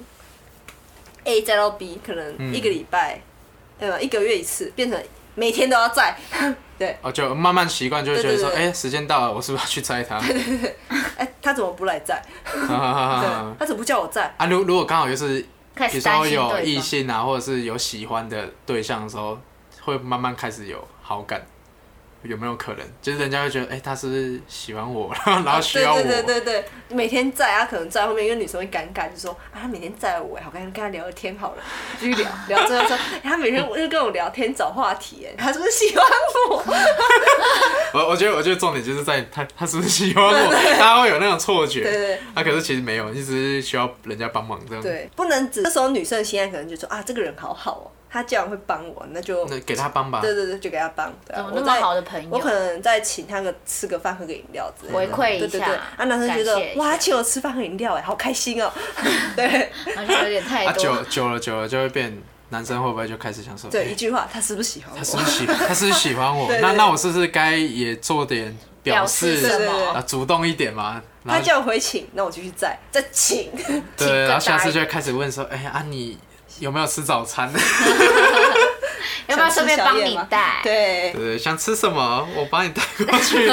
Speaker 2: A 再到 B，可能一个礼拜，对吧？一个月一次，变成每天都要在。对，
Speaker 1: 哦，就慢慢习惯，就会觉得说，
Speaker 2: 对对
Speaker 1: 哎、
Speaker 2: 对
Speaker 1: 时间到了，我是不是要去摘它？
Speaker 2: 哎、他怎么不来在？对，
Speaker 1: 啊，
Speaker 2: 他怎么不叫我在？
Speaker 1: 如如果刚好又是，
Speaker 3: 开
Speaker 1: 比
Speaker 3: 始
Speaker 1: 如
Speaker 3: 担
Speaker 1: 说
Speaker 3: 心对
Speaker 1: 有
Speaker 3: 方
Speaker 1: 异性啊，或者是有喜欢的对象的时候，会慢慢开始有好感，有没有可能？就是人家会觉得，哎、他是不是喜欢我，然后需要我，
Speaker 2: 对对对对对，每天在啊，可能在后面，因为女生会尴尬，就说啊，他每天在我，好跟跟他聊聊天好了，继续聊 聊之后说，哎他每天我就跟我聊天找话题，哎，他是不是喜欢 我？
Speaker 1: 我我觉得我觉得重点就是在他他是不是喜欢我，他会有那种错觉，
Speaker 2: 对对对
Speaker 1: 啊，可是其实没有，你只是需要人家帮忙这样，，
Speaker 2: 对，不能只那时候女生现在可能就说啊，这个人好好哦、他既然会帮我，那就
Speaker 1: 那给他帮吧，
Speaker 2: 对对对，就给他帮。对
Speaker 3: 怎
Speaker 2: 啊
Speaker 3: 么，
Speaker 2: 我
Speaker 3: 那么
Speaker 2: 再
Speaker 3: 好的朋友
Speaker 2: 我可能再请他个吃个饭，喝个饮料之类的。
Speaker 3: 回
Speaker 2: 对
Speaker 3: 馈一
Speaker 2: 对
Speaker 3: 下
Speaker 2: 对，啊，男生觉
Speaker 3: 感谢
Speaker 2: 得
Speaker 3: 一下
Speaker 2: 哇，他请我吃饭和饮料，哎，好开心 哦、对
Speaker 3: 好像有点太
Speaker 1: 啊，
Speaker 3: 多
Speaker 1: 久。久了久了就会变，男生会不会就开始想说，
Speaker 2: 对，
Speaker 1: 哎
Speaker 2: 一句话，他是不是喜欢
Speaker 1: 他是
Speaker 2: 我？
Speaker 1: 不是喜他是不是喜欢我？
Speaker 2: 对对
Speaker 1: 那
Speaker 2: 对
Speaker 1: 那我是不是该也做点
Speaker 3: 表
Speaker 1: 示
Speaker 3: 什
Speaker 2: 对对
Speaker 3: 么？
Speaker 1: 啊，主动一点嘛？然
Speaker 2: 他
Speaker 1: 后
Speaker 2: 叫我回请，那我继续再再请。
Speaker 1: 对，然后下次
Speaker 3: 请
Speaker 1: 就会开始问说，哎呀啊你有没有吃早餐？
Speaker 3: 要不要顺便帮
Speaker 2: 想吃宵夜
Speaker 3: 你
Speaker 2: 吗
Speaker 3: 带？
Speaker 2: 对
Speaker 1: 对，对，想吃什么我帮你带过 去。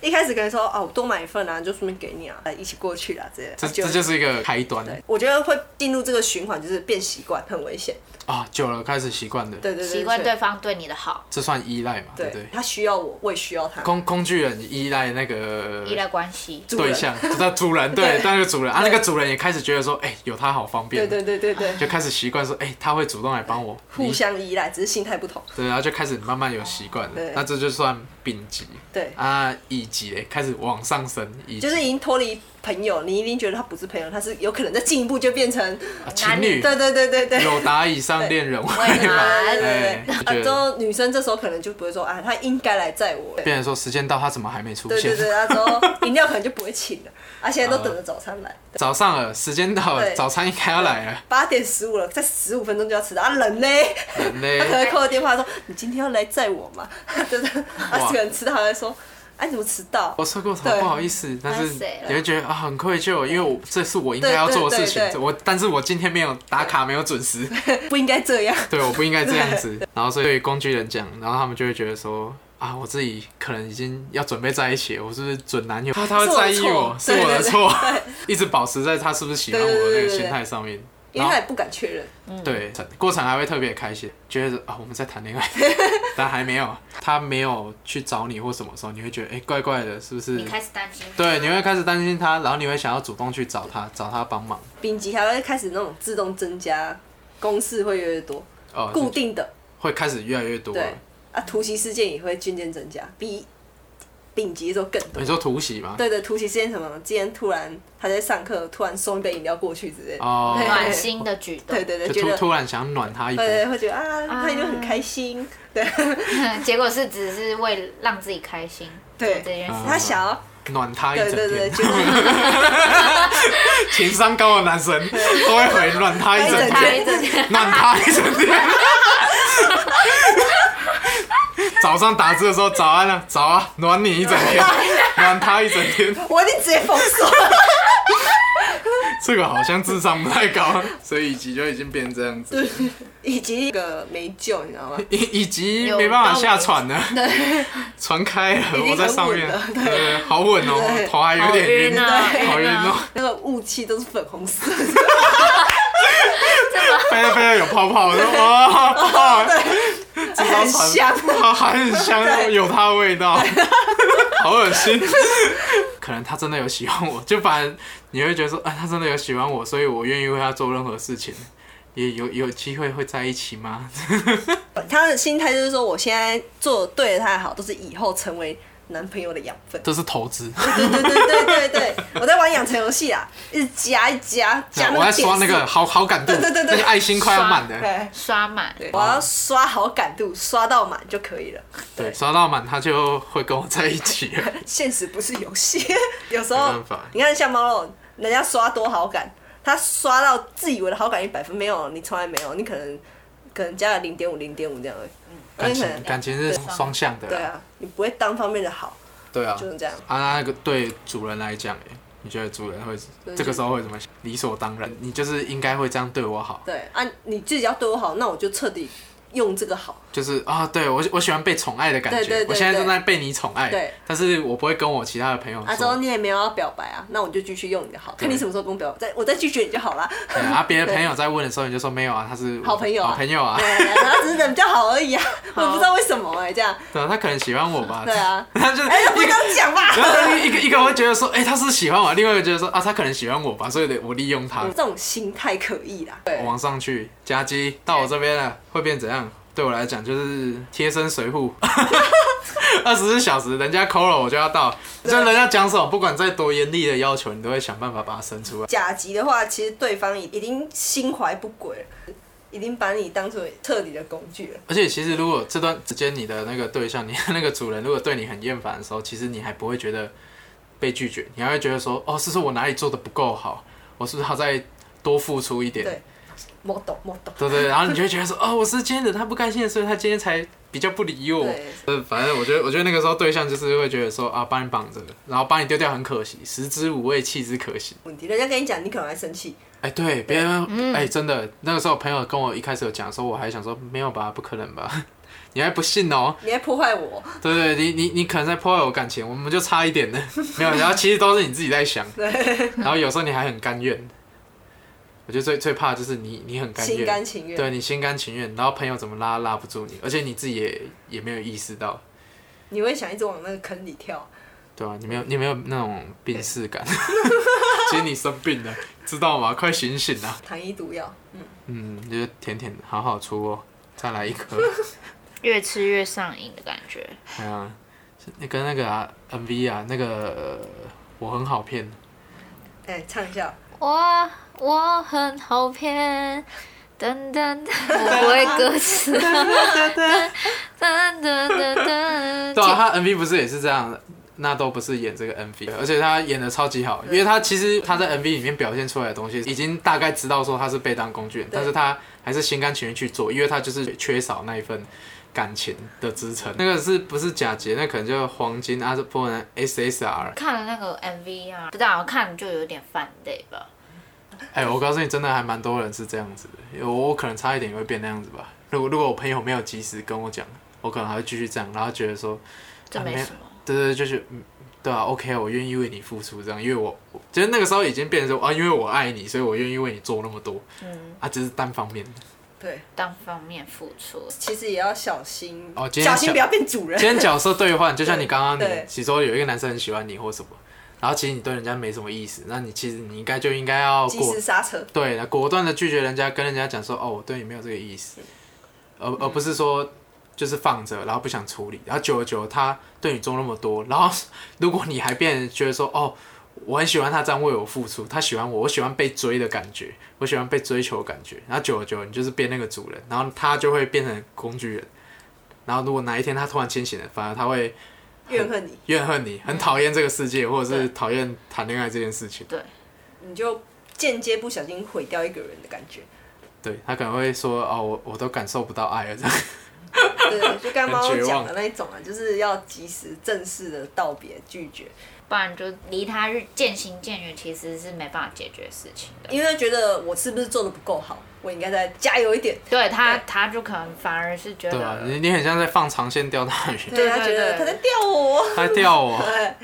Speaker 2: 一开始跟人说哦，我多买一份啊，就顺便给你啊，一起过去啦，这
Speaker 1: 这
Speaker 2: 样。
Speaker 1: 这就是一个开端
Speaker 2: 对，我觉得会进入这个循环，就是变习惯，很危险。
Speaker 1: 啊，久了开始习惯的，
Speaker 2: 对对对，
Speaker 3: 习惯
Speaker 2: 对
Speaker 3: 对方对你的好，
Speaker 1: 这算依赖嘛？对
Speaker 2: 对
Speaker 1: 不对？
Speaker 2: 他需要我，我也需要他。
Speaker 1: 工工具人依赖那个
Speaker 3: 依赖关系。
Speaker 2: 主人
Speaker 1: 对象，他主人 对
Speaker 2: 对，
Speaker 1: 但那个主人啊，那个主人也开始觉得说，哎、有他好方便，
Speaker 2: 对对对对对，
Speaker 1: 就开始习惯说，哎、他会主动来帮我，
Speaker 2: 互
Speaker 1: 你
Speaker 2: 相依赖，只是心态不同。
Speaker 1: 对，然后就开始慢慢有习惯了
Speaker 2: 对，
Speaker 1: 那这就算丙级
Speaker 2: 对，
Speaker 1: 啊，乙级嘞，开始往上升，乙级
Speaker 2: 就是已经脱离朋友，你一定觉得他不是朋友，他是有可能再进一步就变成，
Speaker 1: 啊情侣
Speaker 2: 对对对对对。
Speaker 1: 有达以上恋人未
Speaker 3: 未
Speaker 1: 满，
Speaker 3: 满
Speaker 1: 哎
Speaker 2: 对
Speaker 1: 就觉
Speaker 2: 对对，之
Speaker 1: 得
Speaker 2: 后女生这时候可能就不会说啊，他应该来载我。对
Speaker 1: 变成说时间到，他怎么还没出
Speaker 2: 对
Speaker 1: 现
Speaker 2: 对？对，啊之后 饮料可能就不会请了，啊现在都等着早餐来，
Speaker 1: 早上了，时间到了，
Speaker 2: 对
Speaker 1: 早餐应该要来 了，
Speaker 2: 八点十五了，再十五分钟就要吃了啊人嘞，
Speaker 1: 人
Speaker 2: 他可
Speaker 1: 嘞，
Speaker 2: 能扣我电话说你今天要来载我吗？ 就是啊
Speaker 1: 哇哦
Speaker 2: 可能迟到，他会说哎、你怎么迟到？
Speaker 1: 我睡过头，
Speaker 2: 对
Speaker 1: 不好意思，但是
Speaker 3: 那谁了
Speaker 1: 你会觉得啊很愧疚，因为我这是我应该要做的事
Speaker 2: 对对对
Speaker 1: 情，
Speaker 2: 对
Speaker 1: 我但是我今天没有打卡，没有准时，
Speaker 2: 不应该这样。
Speaker 1: 对，我不应该这样子。然后所以对于工具人讲，然后他们就会觉得说。啊，我自己可能已经要准备在一起了，我是不是准男友？他他会
Speaker 2: 是我的
Speaker 1: 在意我，
Speaker 2: 错
Speaker 1: 是我的
Speaker 2: 对对对
Speaker 1: 错， 一直保持在他是不是喜欢我的那个
Speaker 2: 对对对对
Speaker 1: 心态上面。
Speaker 2: 因
Speaker 1: 然
Speaker 2: 为
Speaker 1: 后
Speaker 2: 他也不敢确认，
Speaker 1: 对过程还会特别开心，觉得啊我们在谈 恋爱，但还没有，他没有去找你或什么时候，你会觉得哎、怪怪的，是不是
Speaker 3: 你？开始担心，
Speaker 1: 对，你会开始担心他，然后你会想要主动去找他，找他帮忙。
Speaker 2: 丙级还会开始那种自动增加，公式会越来越多，
Speaker 1: 哦、
Speaker 2: 固
Speaker 1: 就
Speaker 2: 定的
Speaker 1: 会开始越来越多了。
Speaker 2: 对啊，突袭事件也会渐渐增加，比丙级的时候更多
Speaker 1: 你。说突袭吗？
Speaker 2: 对对，突袭事件什么？今天突然他在上课，突然送一杯饮料过去之类的，
Speaker 1: 哦
Speaker 2: 对
Speaker 3: 暖心的举动
Speaker 2: 对，对对，
Speaker 1: 就
Speaker 2: 觉
Speaker 1: 突
Speaker 2: 得
Speaker 1: 突然想暖他一波
Speaker 2: 对。对会觉得啊，他就很开心，对
Speaker 3: 结果是只是为了让自己开心。
Speaker 2: 对
Speaker 3: 这件事
Speaker 1: 啊
Speaker 2: 他想要
Speaker 1: 暖他一
Speaker 2: 对
Speaker 1: 整
Speaker 2: 对对，
Speaker 1: 天，
Speaker 2: 就是
Speaker 1: 情商高的男生都会回暖他一整
Speaker 2: 暖他
Speaker 1: 天，
Speaker 2: 一整
Speaker 3: 天，
Speaker 1: 暖他一整天。 早上打字的时候，早安啊，早啊，暖你一整 天，暖他一整天。
Speaker 2: 我一定直接封锁。
Speaker 1: 这个好像智商不太高，所以一级就已经变这样子，
Speaker 2: 以及一个没救，你 知道吗？
Speaker 1: 一一级没办法下船了，船开了，
Speaker 2: 经
Speaker 1: 我在上面，对，好稳哦
Speaker 2: 对，
Speaker 1: 头还有点晕，
Speaker 3: 好晕啊
Speaker 1: 好晕
Speaker 3: 晕
Speaker 1: 哦
Speaker 3: 啊，
Speaker 2: 那个雾气都是粉红色的，
Speaker 1: 飞着飞着有泡泡，我说哇，泡泡，这艘
Speaker 2: 很
Speaker 1: 船
Speaker 2: 香。
Speaker 1: 哇还很香，有它的味道，好恶心。可能他真的有喜欢我，就反正你会觉得说，啊，他真的有喜欢我，所以我愿意为他做任何事情。也有有机会会在一起吗？
Speaker 2: 他的心态就是说，我现在做对的太好，都是以后成为男朋友的养 分。
Speaker 1: 这是投资。
Speaker 2: 对对对对对对，我在玩养成游戏啊，一直加一加加那
Speaker 1: 我
Speaker 2: 个
Speaker 1: 在
Speaker 2: 点
Speaker 1: 刷那个
Speaker 2: 数。
Speaker 1: 好好感度，
Speaker 2: 对对对对
Speaker 1: 那个爱心快要满的，
Speaker 2: 对
Speaker 3: 刷满，
Speaker 2: 对，我要刷好感度，刷到满就可以了。
Speaker 1: 对，刷到满他就会跟我在一起 了。
Speaker 2: 现实不是游戏， 有时
Speaker 1: 没
Speaker 2: 候
Speaker 1: 办法
Speaker 2: 你看像猫肉，人家刷多好感，他刷到自以为的好感一百分，没有，你从来没有，你可能可能加了零点五、零点五这样而已。
Speaker 1: 感
Speaker 2: 那
Speaker 1: 情
Speaker 2: 你可能
Speaker 1: 感情是双向的
Speaker 2: 对
Speaker 1: 啦，
Speaker 2: 啊，你不会单方面的好，
Speaker 1: 哎对啊，
Speaker 2: 就是这样。
Speaker 1: 啊，那个对主人来讲，哎你觉得主人会这个时候会怎么想？理所当然，你就是应该会这样对我好，
Speaker 2: 对啊，你自己要对我好，那我就彻底用这个好。
Speaker 1: 就是啊，对我我喜欢被宠爱的感觉，
Speaker 2: 对对对
Speaker 1: 我现在
Speaker 2: 对
Speaker 1: 正在被你宠爱，
Speaker 2: 对
Speaker 1: 但是我不会跟我其他的朋友
Speaker 2: 啊，之
Speaker 1: 说
Speaker 2: 后，你也没有要表白啊，那我就继续用你的好，看你什么时候跟我表白，再我再拒绝你就好 啦。
Speaker 1: 对啊，别的朋友在问的时候，你就说没有啊，他是我
Speaker 2: 好朋友啊
Speaker 1: 好朋友啊，
Speaker 2: 对，然后只是人比较好而已啊，我也不知道为什么哎、这样，
Speaker 1: 对啊，他可能喜欢我吧，
Speaker 2: 对，啊，
Speaker 1: 他就是
Speaker 2: 哎、不
Speaker 1: 一
Speaker 2: 这
Speaker 1: 个
Speaker 2: 样讲吧。
Speaker 1: 然后一个一个会觉得说，哎、他是喜欢我，另外一个觉得说，啊，他可能喜欢我吧，所以得我利用他，
Speaker 2: 这种心态可以啦，对
Speaker 1: 我，往上去夹击到我这边了，会变怎样？对我来讲就是贴身随 护，二十四小时，人家 call 了我就要到，
Speaker 2: 啊
Speaker 1: 就人家讲什么，不管再多严厉的要求，你都会想办法把它生出来。
Speaker 2: 甲级的话，其实对方已已经心怀不轨了，已经把你当做彻底的工具了。
Speaker 1: 而且其实如果这段时间你的那个对象，你的那个主人如果对你很厌烦的时候，其实你还不会觉得被拒绝，你还会觉得说，哦，是不是我哪里做的不够好？我是不是要再多付出一点？
Speaker 2: 对，model model，
Speaker 1: 对对，然后你就会觉得说，哦，我是今天惹他不开心的，所以他今天才比较不理我。
Speaker 2: 对，
Speaker 1: 呃，反正我觉得，我觉得那个时候对象就是会觉得说啊，把你绑着，然后把你丢掉很可惜，食之无味，弃之可惜。
Speaker 2: 问题人家跟你讲，你可能还生气，
Speaker 1: 哎、对，别人，
Speaker 2: 嗯
Speaker 1: 哎、真的，那个时候朋友跟我一开始有讲的时候，我还想说没有吧，不可能吧， 你还不信哦、
Speaker 2: 你还破坏我，
Speaker 1: 对对，你你你可能在破坏我感情，我们就差一点呢，没有，然后其实都是你自己在 想，然后有时候你还很甘愿。我觉得最最怕的就是你，你很甘愿，
Speaker 2: 心甘情愿。
Speaker 1: 对你心甘情愿，然后朋友怎么拉拉不住你，而且你自己也也没有意识到，
Speaker 2: 你会想一直往那个坑里跳，
Speaker 1: 对啊，你没有你没有那种病逝感， 其实你生病了，知道吗？快醒醒啊！
Speaker 2: 糖衣毒药。嗯，
Speaker 1: 嗯，就是甜甜的，好好出哦，再来一颗。
Speaker 3: 越吃越上瘾的感觉。
Speaker 1: 哎呀，那跟那个啊 MV 啊，那个、呃我很好骗，
Speaker 2: 哎、唱一下。
Speaker 3: 我我很好骗，噔噔，我不会歌词。噔噔噔
Speaker 1: 对啊，
Speaker 3: 噔，
Speaker 1: 他 MV 不是也是这样的。纳豆不是演这个 MV，的而且他演的超级好，因为他其实他在 MV 里面表现出来的东西，已经大概知道说他是被当工具人，但是他还是心甘情愿去做，因为他就是缺少那一份感情的支撑。那个是不是假杰？那可能就是黄金啊阿斯波人 SSR。
Speaker 3: 看了那个 MV 啊，不知道看就有点犯累吧。
Speaker 1: 哎、我告诉你，真的还蛮多人是这样子的，我我可能差一点也会变那样子吧。如果如果我朋友没有及时跟我讲，我可能还会继续这样，然后觉得说
Speaker 3: 这
Speaker 1: 啊
Speaker 3: 没
Speaker 1: 没有
Speaker 3: 什么，
Speaker 1: 对对，对就是，嗯，对啊，OK，我愿意为你付出，这样，因为我，我就是那个时候已经变成说啊，因为我爱你，所以我愿意为你做那么多，
Speaker 3: 嗯，
Speaker 1: 啊，只是单方面的。
Speaker 2: 对，
Speaker 3: 单方面付出。
Speaker 2: 其实也要小心，
Speaker 1: 哦今天
Speaker 2: 小心
Speaker 1: 小
Speaker 2: 不要变主人。
Speaker 1: 今天角色兑换，就像你刚刚
Speaker 2: 对
Speaker 1: 你，其中有一个男生很喜欢你或什么，然后其实你对人家没什么意思，那你其实你应该就应该要
Speaker 2: 及
Speaker 1: 果
Speaker 2: 时刹车，
Speaker 1: 对，果断的拒绝人家，跟人家讲说，哦，我对你没有这个意思，而而不是说。就是放着，然后不想处理，然后久而久之他对你做那么多，然后如果你还变得觉得说，哦，我很喜欢他这样为我付出，他喜欢我，我喜欢被追的感觉，我喜欢被追求的感觉。然后久而久，你就是变那个主人，然后他就会变成工具人。然后如果哪一天他突然清醒了，反而他会
Speaker 2: 怨恨你，
Speaker 1: 怨恨你，很讨厌这个世界，或者是讨厌谈恋爱这件事情。
Speaker 3: 对，
Speaker 2: 你就间接不小心毁掉一个人的感觉。
Speaker 1: 对他可能会说，哦，我我都感受不到爱了，这样
Speaker 2: 对，就刚刚猫
Speaker 1: 很绝
Speaker 2: 讲
Speaker 1: 望
Speaker 2: 的那一种啊，就是要及时正式的道别拒绝，
Speaker 3: 不然就离他日渐行渐远，其实是没办法解决事情的。
Speaker 2: 因为觉得我是不是做的不够好，我应该再加油一点。
Speaker 3: 对他，
Speaker 2: 对
Speaker 3: 他就可能反而是觉
Speaker 1: 对吧、
Speaker 3: 得
Speaker 1: 你你很像在放长线钓大鱼，
Speaker 2: 对
Speaker 3: 对
Speaker 2: 他觉得
Speaker 3: 对
Speaker 2: 他在吊我，哎
Speaker 1: 他钓我。
Speaker 2: 对，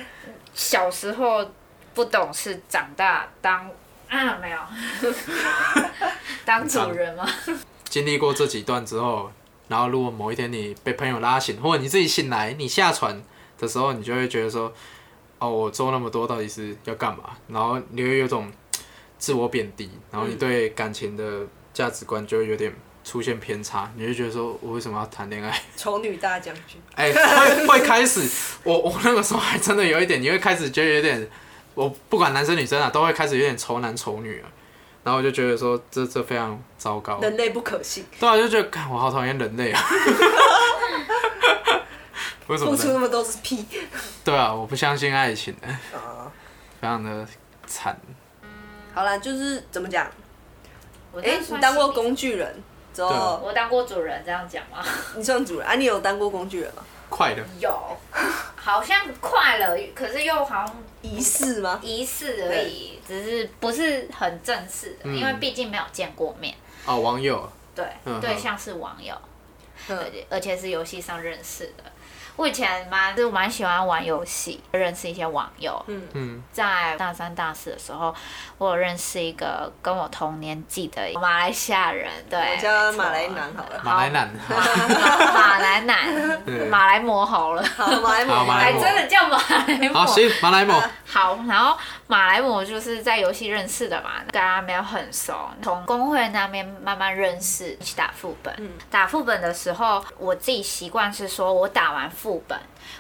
Speaker 3: 小时候不懂事，长大当啊没有当主人吗？
Speaker 1: 经历过这几段之后，然后如果某一天你被朋友拉醒，或者你自己醒来，你下船的时候，你就会觉得说，哦，我做那么多到底是要干嘛？然后你会有种自我贬低，然后你对感情的价值观就会有点出现偏差，你就觉得说我为什么要谈恋爱？
Speaker 2: 丑女大将军，
Speaker 1: 哎、会会开始，我我那个时候还真的有一点，你会开始觉得有点，我不管男生女生啊，都会开始有点仇男仇女啊。然后我就觉得说这这非常糟糕，
Speaker 2: 人类不可信，
Speaker 1: 对啊，就觉得看我好讨厌人类啊。 为什么
Speaker 2: 付出
Speaker 1: 呢？
Speaker 2: 那么多是屁
Speaker 1: 对啊，我不相信爱情，
Speaker 2: 啊！
Speaker 1: 非常的惨。
Speaker 2: 好啦，就是怎么讲？
Speaker 3: 我
Speaker 2: 哎、你当过，工具人之
Speaker 1: 对
Speaker 2: 后
Speaker 1: 啊，
Speaker 3: 我当过主人，这样讲吗？
Speaker 2: 你算主人啊？你有当过工具人吗？
Speaker 1: 快的，
Speaker 3: 有， 好像快了，可是又好像
Speaker 2: 仪式吗？
Speaker 3: 疑似而已，只是不是很正式的，
Speaker 1: 嗯
Speaker 3: 因为毕竟没有见过面。
Speaker 1: 哦，网友
Speaker 3: 对，
Speaker 1: 嗯
Speaker 3: 对
Speaker 1: 哼
Speaker 3: 象是网友，而
Speaker 2: 嗯，
Speaker 3: 且而且是游戏上认识的。我以前嘛，就蛮喜欢玩游戏，认识一些网友。
Speaker 1: 嗯，
Speaker 3: 在大三、大四的时候，我有认识一个跟我同年纪的马来西亚人，对，
Speaker 2: 我叫他
Speaker 3: 没错
Speaker 2: 马来男 好了
Speaker 1: 马来 男，
Speaker 3: 马来男，
Speaker 1: 对
Speaker 3: 马来魔猴了，
Speaker 2: 好，马来哎
Speaker 1: 好
Speaker 2: 姆，
Speaker 1: 马来
Speaker 3: 还
Speaker 1: 魔
Speaker 3: 哎真的叫马来魔
Speaker 1: 好，
Speaker 3: 猴。
Speaker 1: 行，马来某，
Speaker 3: 好，然后马来魔就是在游戏认识的嘛，跟他没有很熟，从工会那边慢慢认识，一起打副本。打副本的时候，我自己习惯是说我打完副本，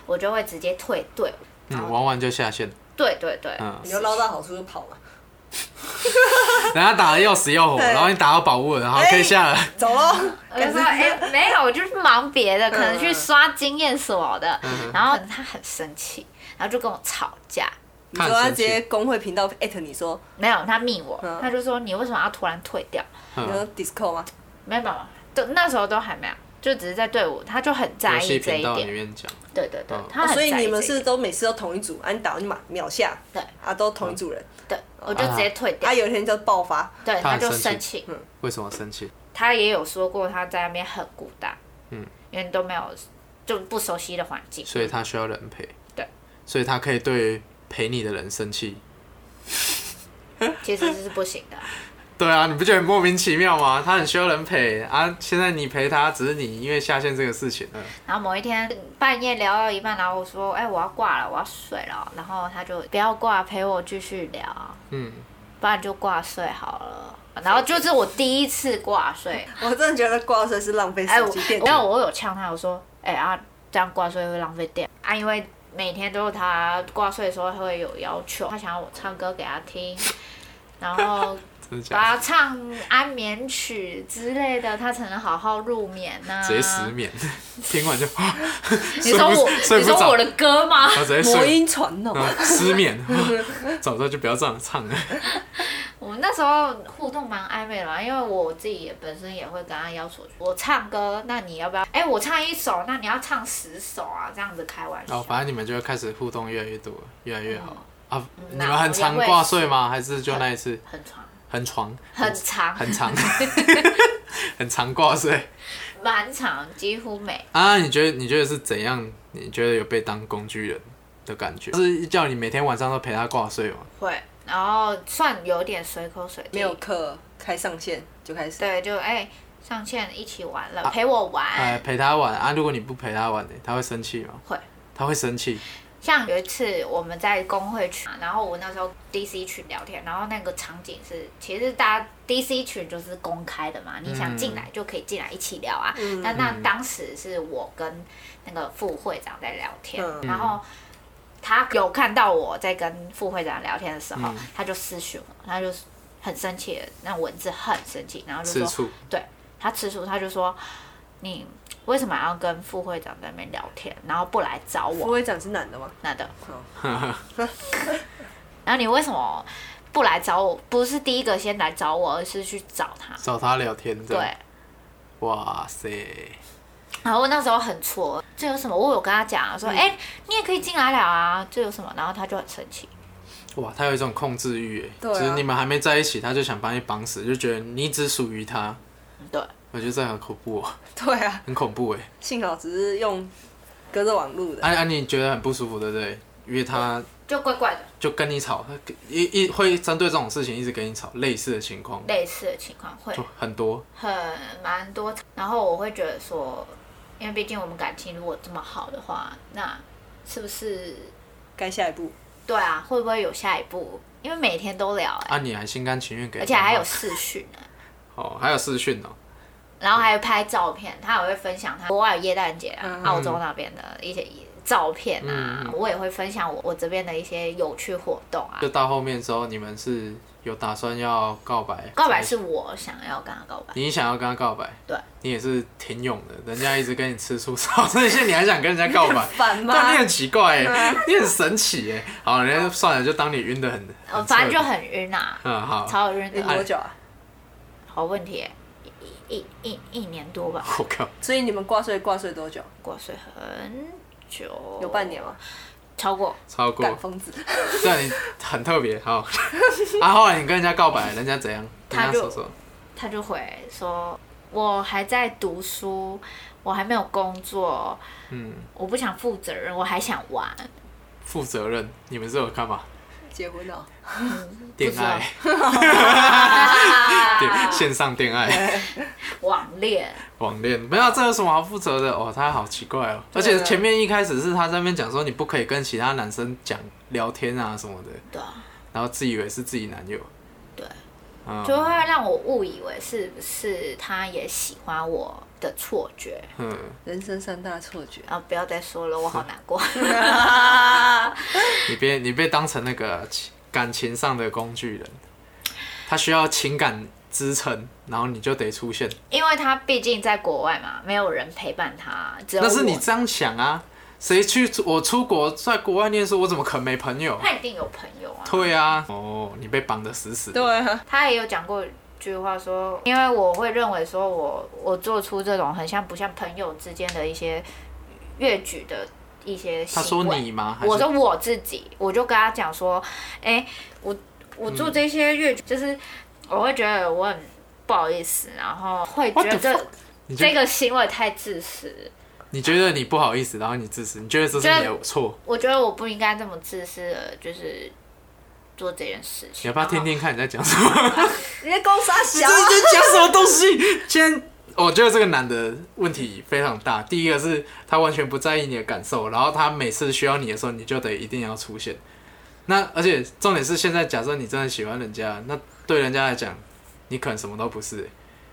Speaker 3: 我就会直接退队。
Speaker 1: 嗯，玩完就下线，
Speaker 3: 对对对，
Speaker 1: 嗯，
Speaker 2: 你就捞到好处就跑嘛，
Speaker 1: 人家打的又死又活，
Speaker 2: 对哎
Speaker 1: 然后你打到宝物了，然后可以下了，
Speaker 2: 走喽。
Speaker 3: 我就说，哎、没有，我就是忙别的，可能去刷经验锁的。
Speaker 1: 嗯
Speaker 3: 然后可能他很生气，然后就跟我吵架。
Speaker 2: 你说啊他直接工会频道艾特你说，
Speaker 3: 没有，他命我，
Speaker 2: 嗯
Speaker 3: 他就说你为什么要突然退掉？
Speaker 2: 你
Speaker 1: 嗯
Speaker 2: 说 disco 吗？
Speaker 3: 没有，没有都那时候都还没有，就只是在队伍，他就很在
Speaker 1: 游戏
Speaker 3: 意这
Speaker 1: 频
Speaker 3: 一
Speaker 1: 道里
Speaker 3: 点。
Speaker 1: 面讲，
Speaker 3: 对对对
Speaker 1: 嗯，
Speaker 3: 他很
Speaker 2: 哦所
Speaker 3: 在意
Speaker 2: 以
Speaker 3: 这一
Speaker 2: 你
Speaker 3: 点
Speaker 2: 们是都每次都同一组，啊，你打完就马秒下，
Speaker 3: 对
Speaker 2: 啊，都同一组人，
Speaker 3: 对，我就直接退掉
Speaker 2: 啊，。有一天就爆发，
Speaker 3: 对，
Speaker 1: 他
Speaker 3: 他
Speaker 1: 很
Speaker 3: 就
Speaker 1: 生
Speaker 3: 生
Speaker 1: 气
Speaker 3: 气，
Speaker 1: 为什么生气？
Speaker 3: 他也有说过他在那边很孤单，
Speaker 1: 嗯，
Speaker 3: 因为都没有就不熟悉的环境，
Speaker 1: 所以他需要人陪，
Speaker 3: 对，
Speaker 1: 所以他可以对陪你的人生气。
Speaker 3: 其实是不行的。
Speaker 1: 对啊，你不觉得很莫名其妙吗？他很需要人陪啊，现在你陪他，只是你因为下线这个事情，嗯，
Speaker 3: 然后某一天半夜聊到一半，然后我说：“哎、我要挂了，我要睡了。”然后他就不要挂，陪我继续聊，
Speaker 1: 嗯，
Speaker 3: 不然就挂睡好了。然后就是我第一次挂睡，
Speaker 2: 我真的觉得挂帅是浪费
Speaker 3: 哎，
Speaker 2: 手
Speaker 3: 我
Speaker 2: 机电
Speaker 3: 没有，
Speaker 2: 池。
Speaker 3: 我有呛他，我说，哎、啊，这样挂睡会浪费电啊，因为每天都是他挂睡的时候会有要求，他想要我唱歌给他 听，然后
Speaker 1: 真的假
Speaker 3: 把他唱安眠曲之类的，他才能好好入眠呐、
Speaker 1: 的？直接失眠， 听完就，
Speaker 3: 你说我，
Speaker 1: 睡
Speaker 3: 你
Speaker 1: 不着
Speaker 3: 说我的歌吗？
Speaker 1: 我直接
Speaker 2: 魔
Speaker 1: 睡，
Speaker 2: 音传
Speaker 3: 哦
Speaker 2: 弄，
Speaker 1: 嗯，失眠， 早知道就不要这样唱了。
Speaker 3: 我们那时候互动蛮暧昧的嘛，因为我自己也本身也会跟他要求，我唱歌，那你要不要？哎、我唱一首，那你要唱十首啊，这样子开玩
Speaker 1: 然
Speaker 3: 笑。
Speaker 1: 哦后反正你们就会开始互动越来越多，越来越好啊。你
Speaker 3: 嗯那
Speaker 1: 们很常
Speaker 3: 我也会
Speaker 1: 挂睡吗？还是就那一次
Speaker 3: 很长，
Speaker 1: 很床
Speaker 3: 很长，
Speaker 1: 很 长很常挂睡
Speaker 3: 蛮长，几乎每
Speaker 1: 啊？你觉得你觉得是怎样？你觉得有被当工具人的感觉？是叫你每天晚上都陪他挂睡吗？
Speaker 3: 会，然后算有点随口随地，
Speaker 2: 没有课开上线就开始，
Speaker 3: 对，就哎、上线一起玩
Speaker 2: 啊
Speaker 3: 了，陪我玩，
Speaker 1: 哎，陪他玩啊！如果你不陪他玩呢，他会生气吗？
Speaker 3: 会。
Speaker 1: 他会生气，
Speaker 3: 像有一次我们在工会群，然后我那时候 DC 群聊天，然后那个场景是，其实大家 DC 群就是公开的嘛，你想进来就可以进来一起聊啊。但那当时是我跟那个副会长在聊天，
Speaker 2: 嗯
Speaker 3: 然后。他有看到我在跟副会长聊天的时候，他就私讯我，他就很生气的，那文字很生气，然后就
Speaker 1: 吃
Speaker 3: 说
Speaker 1: 醋。
Speaker 3: 对他吃醋，他就说你为什么要跟副会长在那边聊天，然后不来找
Speaker 2: 副
Speaker 3: 我？
Speaker 2: 会长是男的吗？
Speaker 3: 那的
Speaker 2: 好，
Speaker 3: 然后你为什么不来找我？不是第一个先来找我，而是去找他。
Speaker 1: 找他聊天这样。
Speaker 3: 对，
Speaker 1: 哇塞，
Speaker 3: 然后我那时候很挫，这有什么？我有跟他讲啊说，哎、你也可以进来了啊，这有什么？然后他就很生气。
Speaker 1: 哇，他有一种控制欲哎，
Speaker 2: 对啊
Speaker 1: 就是你们还没在一起，他就想把你绑死，就觉得你只属于他。
Speaker 3: 对，
Speaker 1: 我觉得这很恐怖、哦，
Speaker 2: 对啊，
Speaker 1: 很恐怖哎。
Speaker 2: 幸好只是用隔着网路的，
Speaker 1: 安安，你觉得很不舒服，对不对？因为他
Speaker 3: 就怪怪的，
Speaker 1: 就跟你吵，他一一会针对这种事情一直跟你吵，类似的情况
Speaker 3: 类似的情况会
Speaker 1: 就很多。
Speaker 3: 很蛮多。然后我会觉得说，因为毕竟我们感情如果这么好的话，那是不是
Speaker 2: 该下一步。
Speaker 3: 对啊？会不会有下一步？因为每天都聊、哎、
Speaker 1: 啊，你还心甘情愿给他，
Speaker 3: 而且还有视讯啊呢、
Speaker 1: 哦，还有视讯哦，
Speaker 3: 然后还有拍照片，他也会分享他国外有耶诞节啊、
Speaker 2: 嗯，
Speaker 3: 澳洲那边的一些照片啊，
Speaker 1: 嗯嗯
Speaker 3: 我也会分享我我这边的一些有趣活动啊
Speaker 1: 就。到后面之后，你们是有打算要告白？
Speaker 3: 告白是我想要跟他告白，
Speaker 1: 你想要跟他告白，
Speaker 3: 对，
Speaker 1: 你也是挺勇的，人家一直跟你吃醋，吵这些你还想跟人家告 白
Speaker 2: 烦吗
Speaker 1: 但你很奇怪哎，
Speaker 3: 啊
Speaker 1: 你很神奇哎。好，人家算了，就当你晕的很，
Speaker 3: 呃，
Speaker 1: 很
Speaker 3: 反正
Speaker 1: 彻
Speaker 3: 就
Speaker 1: 底
Speaker 3: 很晕啊，
Speaker 1: 嗯好，
Speaker 3: 超晕
Speaker 2: 你
Speaker 3: 的。
Speaker 2: 多久啊？
Speaker 3: 好问题耶、一一一一一年多吧，
Speaker 1: 我靠，
Speaker 2: 所以你们挂睡挂睡多久？
Speaker 3: 过水很久
Speaker 2: 有半年吗？
Speaker 3: 超过，
Speaker 1: 超过
Speaker 2: 干疯子，
Speaker 1: 这样你很特别。好， 啊，后来你跟人家告白，人家怎样？人
Speaker 3: 他
Speaker 1: 家
Speaker 3: 就
Speaker 1: 说说，
Speaker 3: 他就回说：“我还在读书，我还没有工作，
Speaker 1: 嗯，
Speaker 3: 我不想负责任，我还想 玩。
Speaker 1: 负责任，你们是有干嘛？
Speaker 2: 结婚了，
Speaker 1: 恋爱，恋线上恋爱，
Speaker 3: 网恋，
Speaker 1: 网恋，没有，这有什么好负责的？哦，他好奇怪哦。
Speaker 3: 啊
Speaker 1: 而且前面一开始是他在那边讲说，你不可以跟其他男生讲聊天啊什么的，
Speaker 3: 对啊，
Speaker 1: 然后自以为是自己男友。
Speaker 3: 对，
Speaker 1: 嗯
Speaker 3: 就会让我误以为是不是他也喜欢我的错觉
Speaker 1: 嗯，
Speaker 2: 人生三大错 觉。
Speaker 3: 啊！不要再说了，我好难 过。
Speaker 1: 你被你被当成那个情感情上的工具人，他需要情感支撑，然后你就得出现。
Speaker 3: 因为他毕竟在国外嘛，没有人陪伴他，只有
Speaker 1: 那是
Speaker 3: 我
Speaker 1: 你这样想啊，谁去出我出国在国外念书，我怎么可能没朋 友？
Speaker 3: 他一定有朋友啊。
Speaker 1: 对啊，哦，你被绑得死死的。
Speaker 2: 对啊，
Speaker 3: 他也有讲过一句话说，因为我会认为说我我做出这种很像不像朋友之间的一些越举的一些行
Speaker 1: 他
Speaker 3: 为。
Speaker 1: 说你吗？还是
Speaker 3: 我说我自己，我就跟他讲说，哎、我我做这些越举，就是我会觉得我很不好意思，然后会觉
Speaker 1: What
Speaker 3: 得
Speaker 1: the
Speaker 3: 这
Speaker 1: fuck？你觉
Speaker 3: 这
Speaker 1: 得
Speaker 3: 个行为太自私。
Speaker 1: 你觉得你不好意思，然后你自私，你觉得这是你的错？
Speaker 3: 我觉得我不应该这么自私的，就是做这件事情。
Speaker 1: 你要不要
Speaker 3: 然后
Speaker 1: 听听看你在讲什么？
Speaker 2: 人家公杀
Speaker 1: 你
Speaker 2: 小
Speaker 1: 这，是在讲什么东西？先，我觉得这个男的问题非常大。第一个是他完全不在意你的感受，然后他每次需要你的时候，你就得一定要出现。那而且重点是，现在假设你真的喜欢人家，那对人家来讲，你可能什么都不是、欸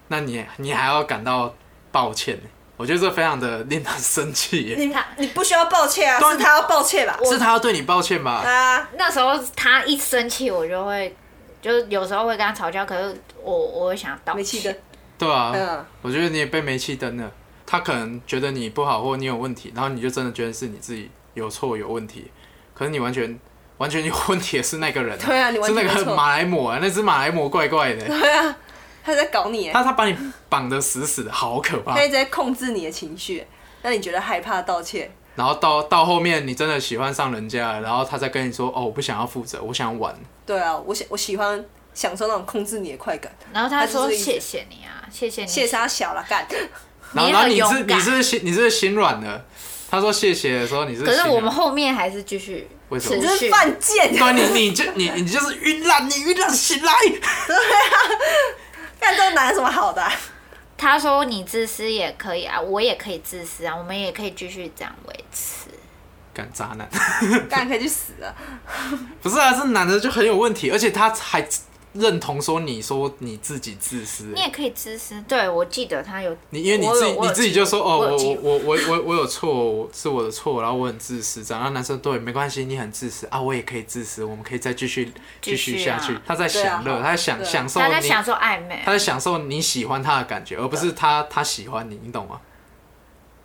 Speaker 1: 那你你还要感到抱歉、欸我觉得这非常的令人生气、 欸
Speaker 2: 你你不需要抱歉啊，
Speaker 1: 对啊
Speaker 2: 是他要抱歉吧？
Speaker 1: 是他要对你抱歉吧？
Speaker 2: 啊，
Speaker 3: 那时候他一生气，我就会，就是有时候会跟他吵架，可是我我会想道
Speaker 2: 没气的
Speaker 3: 歉。，
Speaker 1: 对啊，
Speaker 2: 嗯
Speaker 1: 我觉得你也被煤气灯了。他可能觉得你不好或你有问题，然后你就真的觉得是你自己有错有问题，可是你完全完全有问题的是那个人、
Speaker 2: 对啊你完
Speaker 1: 是
Speaker 2: 全
Speaker 1: 那
Speaker 2: 没
Speaker 1: 个
Speaker 2: 错
Speaker 1: 马来貘啊，那只马来貘怪怪的、
Speaker 2: 对啊，他在搞你欸，
Speaker 1: 他他把你绑得死死的，好可怕
Speaker 2: 他。一直在控制你的情绪，让你觉得害怕道歉。
Speaker 1: 然后到到后面你真的喜欢上人家了，然后他再跟你说哦，我不想要负责，我想玩。
Speaker 2: 对啊，我喜我喜欢享受那种控制你的快感，
Speaker 3: 然后他
Speaker 2: 他就
Speaker 3: 说
Speaker 2: 是一直
Speaker 3: 谢谢你啊，谢谢你，
Speaker 2: 谢杀小了 干。
Speaker 1: 然后
Speaker 3: 你
Speaker 1: 然后
Speaker 3: 很
Speaker 1: 你
Speaker 3: 勇
Speaker 1: 是你
Speaker 3: 敢。
Speaker 1: 是心你是心软了。他说谢谢的时候你是心
Speaker 3: 可
Speaker 1: 软，
Speaker 3: 是我们后面还是继续
Speaker 1: 为什么
Speaker 3: 持
Speaker 2: 你这
Speaker 3: 续
Speaker 2: 是。犯贱！
Speaker 1: 对啊你你就你你就是晕烂，你晕烂起来。
Speaker 2: 干这个男的有什么好 的啊、
Speaker 3: 他说你自私也可以啊，我也可以自私啊，我们也可以继续这样维持。
Speaker 1: 干渣男。
Speaker 2: 干可以去死啊！
Speaker 1: 不是啊，这男的就很有问题，而且他还认同说你说你自己自私
Speaker 3: 你，也可以自私，对我记得他有
Speaker 1: 你因为你
Speaker 3: 我有
Speaker 1: 自己
Speaker 3: 我有
Speaker 1: 你自己就说哦，
Speaker 3: 我有
Speaker 1: 我
Speaker 3: 记
Speaker 1: 我我我我我有错，我是我的错，然后我很自私，这样然后男生对没关系，你很自私啊，我也可以自私，我们可以再继续
Speaker 3: 继
Speaker 1: 继
Speaker 3: 续
Speaker 1: 续下
Speaker 3: 啊
Speaker 1: 去。他在享乐，
Speaker 2: 对啊
Speaker 1: 他在享
Speaker 2: 对啊
Speaker 1: 享受
Speaker 3: 他在
Speaker 1: 你，
Speaker 3: 享受暧昧
Speaker 1: 他，在享受你喜欢他的感觉，而不是他他喜欢你，你懂吗？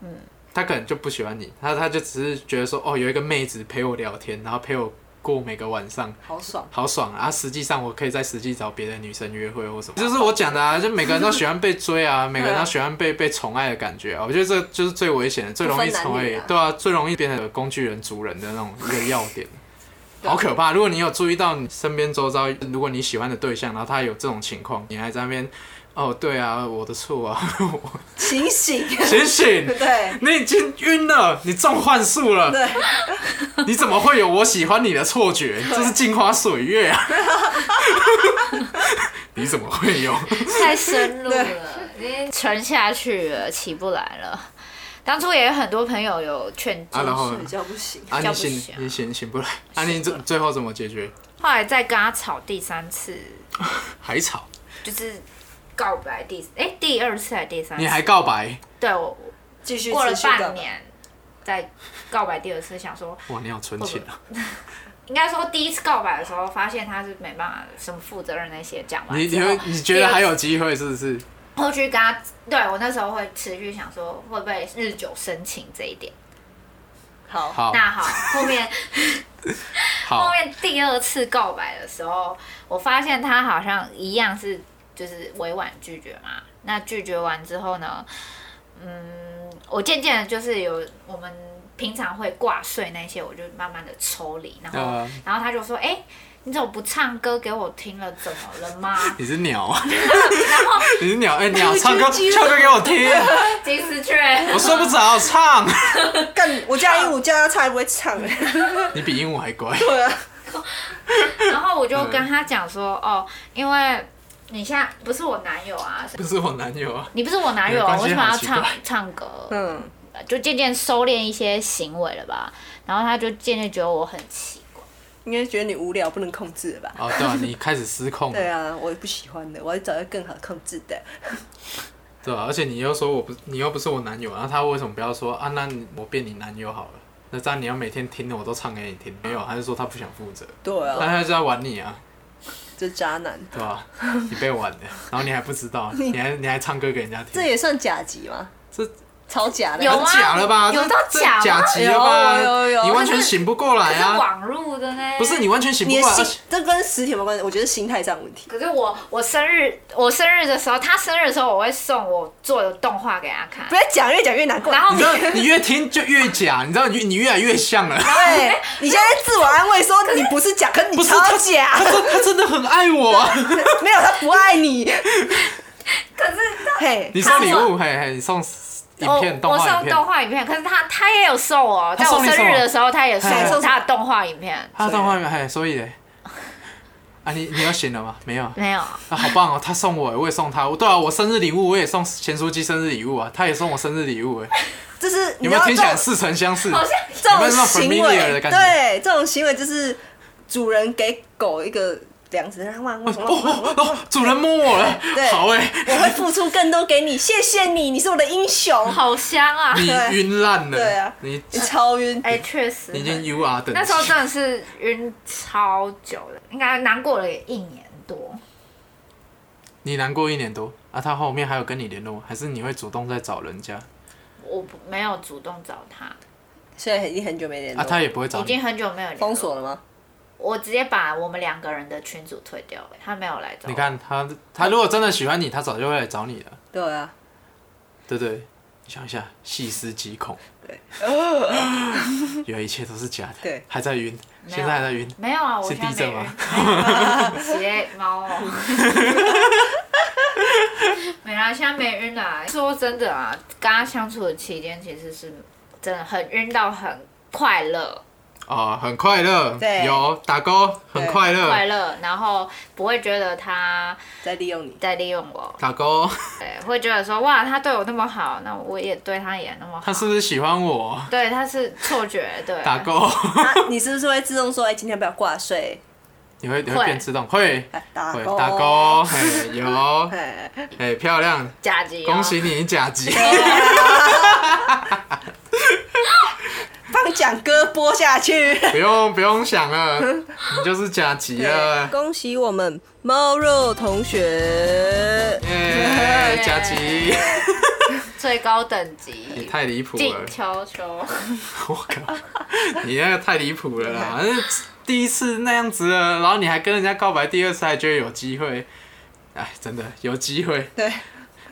Speaker 3: 嗯
Speaker 1: 他可能就不喜欢你，他他就只是觉得说哦，有一个妹子陪我聊天，然后陪我过每个晚上，
Speaker 2: 好爽，
Speaker 1: 好爽啊！啊实际上我可以在实际找别的女生约会或什么，就是我讲的啊，就每个人都喜欢被追 啊，每个人都喜欢被被宠爱的感觉啊，我觉得这就是最危险的，最容易成
Speaker 2: 不分男
Speaker 1: 为
Speaker 2: 女啊
Speaker 1: 对啊，最容易变成工具人、主人的那种一个要点。
Speaker 2: 啊
Speaker 1: 好可怕！如果你有注意到你身边周遭，如果你喜欢的对象，然后他有这种情况，你还在那边，哦，对啊，我的错啊， 我
Speaker 2: 醒醒！
Speaker 1: 醒醒，
Speaker 2: 对
Speaker 1: 你已经晕了，你中幻术了，
Speaker 2: 对，
Speaker 1: 你怎么会有我喜欢你的错觉？这是镜花水月啊！你怎么会 有？
Speaker 3: 太深入了，已经沉下去了，起不来了。当初也有很多朋友有劝阻
Speaker 1: 啊，，然后呢
Speaker 2: 睡觉不行，
Speaker 1: 啊，你
Speaker 3: 叫不
Speaker 1: 醒
Speaker 3: 醒，
Speaker 1: 你醒醒不来，啊，你最最后怎么解决？
Speaker 3: 后来再跟他吵第三次，
Speaker 1: 还吵，
Speaker 3: 就是告白第哎、第二次还是第三次？
Speaker 1: 你还告白？
Speaker 3: 对我
Speaker 2: 继续
Speaker 3: 过了
Speaker 2: 持续的
Speaker 3: 半，年再告白第二次，想说
Speaker 1: 哇，你好纯情啊！
Speaker 3: 应该说第一次告白的时候，发现他是没办法什么负责任那些讲完
Speaker 1: 你你
Speaker 3: 之后
Speaker 1: 会，你觉得还有机会是不是？
Speaker 3: 后续跟他对我那时候会持续想说会不会日久生情这一点。
Speaker 2: 好，
Speaker 1: 好
Speaker 3: 那好，后面后
Speaker 1: 好，
Speaker 3: 面第二次告白的时候，我发现他好像一样是就是委婉拒绝嘛。那拒绝完之后呢，嗯，我渐渐的就是有我们平常会挂睡那些，我就慢慢的抽离，然后、
Speaker 1: 呃，
Speaker 3: 然后他就说，哎、你怎么不唱歌给我听了？怎么了吗？
Speaker 1: 你是鸟 啊，
Speaker 3: 然后
Speaker 1: 你是鸟，哎、鸟唱歌
Speaker 2: 啾啾
Speaker 1: 唱歌给我 听，
Speaker 3: 金丝雀，
Speaker 1: 我睡不着，唱。
Speaker 2: 干，我家鹦鹉叫他唱还不会唱哎、
Speaker 1: 你比鹦鹉还乖，
Speaker 2: 对啊，
Speaker 3: 然后我就跟他讲说，哦，因为你现在不是我男友啊，
Speaker 1: 不是我男友啊。
Speaker 3: 你不是我男友
Speaker 1: 没
Speaker 3: 啊，
Speaker 1: 关系
Speaker 3: 为什么要
Speaker 1: 好
Speaker 3: 唱
Speaker 1: 奇
Speaker 3: 唱歌？
Speaker 2: 嗯，
Speaker 3: 就渐渐收敛一些行为了吧。然后他就渐渐觉得我很奇怪，
Speaker 2: 应该觉得你无聊不能控制了吧？
Speaker 1: 哦，对啊，你开始失控
Speaker 2: 对
Speaker 1: 了，
Speaker 2: 啊，我不喜欢的，我要找到更好控制的。
Speaker 1: 对啊吧、而且你又说我不，你又不是我男友，然后他为什么不要说啊？那你我变你男友好了？那这样你要每天听的我都唱给你听，没有？他就说他不想负责，
Speaker 2: 对
Speaker 1: 那
Speaker 2: 啊，
Speaker 1: 他就在玩你啊，
Speaker 2: 这渣男，
Speaker 1: 对 吧、你被玩的，然后你还不知道，你还你还唱歌给人家
Speaker 2: 这
Speaker 1: 听，
Speaker 2: 也算假级吗？
Speaker 1: 这
Speaker 2: 超假的，
Speaker 3: 有
Speaker 1: 很
Speaker 3: 吗
Speaker 1: 假了吧？
Speaker 3: 有
Speaker 1: 这
Speaker 3: 到假
Speaker 1: 这
Speaker 3: 吗
Speaker 1: 假极了吧？
Speaker 2: 有有有
Speaker 1: 你完全
Speaker 3: 可是
Speaker 1: 醒不过
Speaker 3: 可
Speaker 1: 来
Speaker 3: 是
Speaker 1: 啊！
Speaker 3: 网路的呢？
Speaker 1: 不是你完全醒不
Speaker 2: 你的
Speaker 1: 过来，而且
Speaker 2: 心，这跟实体有没有关系？我觉得心态上的问题。
Speaker 3: 可是我我生日我生日的时候，他生日的时候，我会送我做的动画给他看
Speaker 2: 不。要讲，越讲越难过。
Speaker 3: 然后
Speaker 1: 你知道你越听就越假，你知道你你越来越像了。
Speaker 2: 对，你现在自我安慰说你不是假，可是你
Speaker 1: 不是
Speaker 2: 超
Speaker 1: 他
Speaker 2: 假
Speaker 1: 他，真他真的很爱我啊。
Speaker 2: 没有他不爱你。
Speaker 3: 可是
Speaker 2: 嘿，
Speaker 1: 你送礼物，嘿嘿，你送影片
Speaker 3: 我
Speaker 1: 动
Speaker 3: 我
Speaker 1: 画影
Speaker 3: 送
Speaker 1: 片，
Speaker 3: 动画影片，可是他他也有送哦，
Speaker 1: 他
Speaker 3: 在我
Speaker 1: 送你
Speaker 3: 生
Speaker 1: 什么
Speaker 3: 日的时候，他也送
Speaker 1: 嘿
Speaker 3: 我他的动画影片。
Speaker 1: 他动画影片，嘿，所以嘞，啊，你你要醒了吗？没有。
Speaker 3: 没有，
Speaker 1: 啊，好棒哦！他送我，我也送他。对啊，我生日礼物我也送咸书记生日礼物啊，他也送我生日礼物哎，
Speaker 2: 这是你
Speaker 1: 有没
Speaker 2: 知
Speaker 1: 有
Speaker 2: 道这
Speaker 1: 听起
Speaker 2: 种
Speaker 1: 来似曾相识？
Speaker 3: 好像
Speaker 2: 这
Speaker 1: 有没有那
Speaker 2: 种
Speaker 1: 种
Speaker 2: 行为
Speaker 1: familiar 的感觉
Speaker 2: 对，这种行为就是主人给狗一个粮食，让它汪汪汪
Speaker 1: 哦
Speaker 2: 汪
Speaker 1: 哦
Speaker 2: 汪
Speaker 1: 哦，主人摸我了
Speaker 2: 对，
Speaker 1: 好哎，
Speaker 2: 我会付出更多给你，谢谢你，你是我的英雄。
Speaker 3: 好香啊！
Speaker 1: 你
Speaker 2: 对
Speaker 1: 晕烂了，
Speaker 2: 对啊
Speaker 1: 你
Speaker 2: 你超晕，
Speaker 3: 哎，确实
Speaker 1: 你已经 U R 等级
Speaker 3: 那时候真的是晕超久了，应该难过了一年多。
Speaker 1: 你难过一年多啊，他后面还有跟你联络吗，还是你会主动再找人家啊
Speaker 3: 我不没有主动找他，
Speaker 2: 虽然已经很久没联络，
Speaker 1: 啊？他也不会找
Speaker 3: 已
Speaker 1: 你
Speaker 3: 经，很久没有联络
Speaker 2: 封。锁了吗？
Speaker 3: 我直接把我们两个人的群组退掉了，他没有来找我。
Speaker 1: 你看他他如果真的喜欢你，他早就会来找你了，
Speaker 2: 对啊，
Speaker 1: 对不对？你想一下，细思极恐，
Speaker 2: 对，
Speaker 1: 原来一切都是假的，
Speaker 2: 对
Speaker 1: 还在晕，
Speaker 3: 没有
Speaker 1: 现在还在晕，
Speaker 3: 没有啊，我
Speaker 1: 是
Speaker 3: 现
Speaker 1: 地
Speaker 3: 在
Speaker 1: 震
Speaker 3: 没人
Speaker 1: 吗。
Speaker 3: 哎直接猫、 哦。没啦，现在没晕啦。说真的啊，跟他相处的期间，其实是真的很晕到很快乐，
Speaker 1: 哦，很快乐，
Speaker 2: 对
Speaker 1: 有打勾，很
Speaker 2: 对
Speaker 1: 快
Speaker 3: 快
Speaker 1: 乐，
Speaker 3: 乐，然后不会觉得他
Speaker 2: 在利用你，
Speaker 3: 在利用我，
Speaker 1: 打勾，
Speaker 3: 对，会觉得说哇，他对我那么好，那我也对他也那么好。
Speaker 1: 他是不是喜欢我？
Speaker 3: 对，他是错觉，对，
Speaker 1: 打 勾，
Speaker 2: 啊，你是不是会自动说，哎，今天不要挂睡，
Speaker 1: 你会你会
Speaker 3: 会
Speaker 1: 变自动，会
Speaker 2: 哎打
Speaker 1: 会
Speaker 2: 勾，
Speaker 1: 打，勾，嘿， 有，
Speaker 2: 哎，
Speaker 1: 嘿，漂亮，
Speaker 3: 甲级、哦，
Speaker 1: 恭喜你甲级，
Speaker 2: 放奖歌播下去。
Speaker 1: 不用不用想了，你就是甲级了。
Speaker 2: 恭喜我们猫肉同学，
Speaker 1: 耶，甲级，
Speaker 3: 最高等
Speaker 1: 你
Speaker 3: 级，
Speaker 1: 太离谱
Speaker 3: 静
Speaker 1: 了！
Speaker 3: 悄悄。
Speaker 1: 我靠， 你那个太离谱了啦！那第一次那样子了，然后你还跟人家告白，第二次还觉得有机会，哎，真的有机会，
Speaker 2: 对，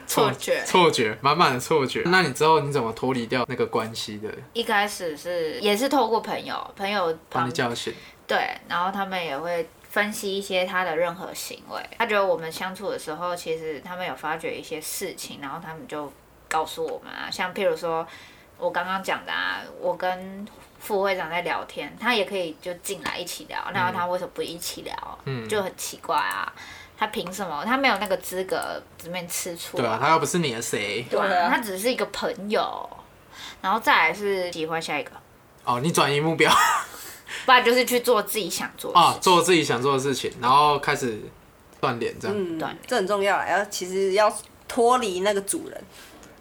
Speaker 3: 错觉
Speaker 1: 错觉，满满的错觉。那你之后你怎么脱离掉那个关系的？
Speaker 3: 一开始是也是透过朋友，朋友
Speaker 1: 把
Speaker 3: 旁
Speaker 1: 你叫醒，
Speaker 3: 对，然后他们也会分析一些他的任何行为。他觉得我们相处的时候，其实他们有发觉一些事情，然后他们就告诉我们啊，像譬如说我刚刚讲的啊，我跟副会长在聊天，他也可以就进来一起聊，然后他为什么不一起聊？
Speaker 1: 嗯
Speaker 3: 就很奇怪啊，他凭什么？他没有那个资格直面吃醋
Speaker 1: 对啊，他又不是你的谁
Speaker 3: 对
Speaker 2: 对啊
Speaker 3: 啊，他只是一个朋友。然后再来是喜欢下一个，
Speaker 1: 哦，你转移目标
Speaker 3: 不然就是去做自己想做的事
Speaker 1: 啊，
Speaker 3: 情。
Speaker 1: 做自己想做的事情，然后开始断联这样。
Speaker 2: 嗯
Speaker 3: 对，
Speaker 2: 这很重要啊，要其实要脱离那个主人，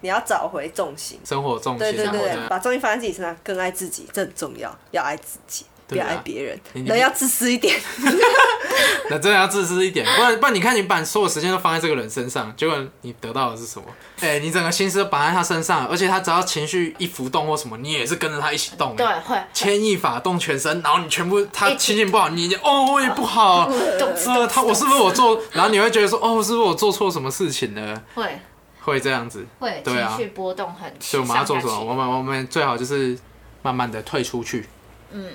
Speaker 2: 你要找回重心。
Speaker 1: 生活重
Speaker 2: 对
Speaker 1: 心，
Speaker 2: 对
Speaker 1: 然后
Speaker 2: 对，
Speaker 1: 呢，
Speaker 2: 把重心放在自己身上，更爱自己，这很重要。要爱自己，不
Speaker 1: 对啊
Speaker 2: 要爱别人，
Speaker 1: 你
Speaker 2: 人要自私一点。
Speaker 1: 那真的要自私一点，不然不然你看你把所有时间都放在这个人身上，结果你得到的是什么？哎、你整个心思都绑在他身上，而且他只要情绪一浮动或什么，你也是跟着他一起动。
Speaker 3: 对，，会
Speaker 1: 牵一发动全身，然后你全部他
Speaker 3: 一起
Speaker 1: 心情不好，你也哦我也不好，啊
Speaker 3: 动词
Speaker 1: 呃他我是不是我做，然后你会觉得说哦是不是我做错什么事情了？
Speaker 3: 会，
Speaker 1: 会这样子，
Speaker 3: 会
Speaker 1: 对啊
Speaker 3: 情绪波动很起，
Speaker 1: 所以我们要
Speaker 3: 上
Speaker 1: 做
Speaker 3: 下
Speaker 1: 什么？
Speaker 3: 起
Speaker 1: 我们我们最好就是慢慢的退出去，
Speaker 3: 嗯，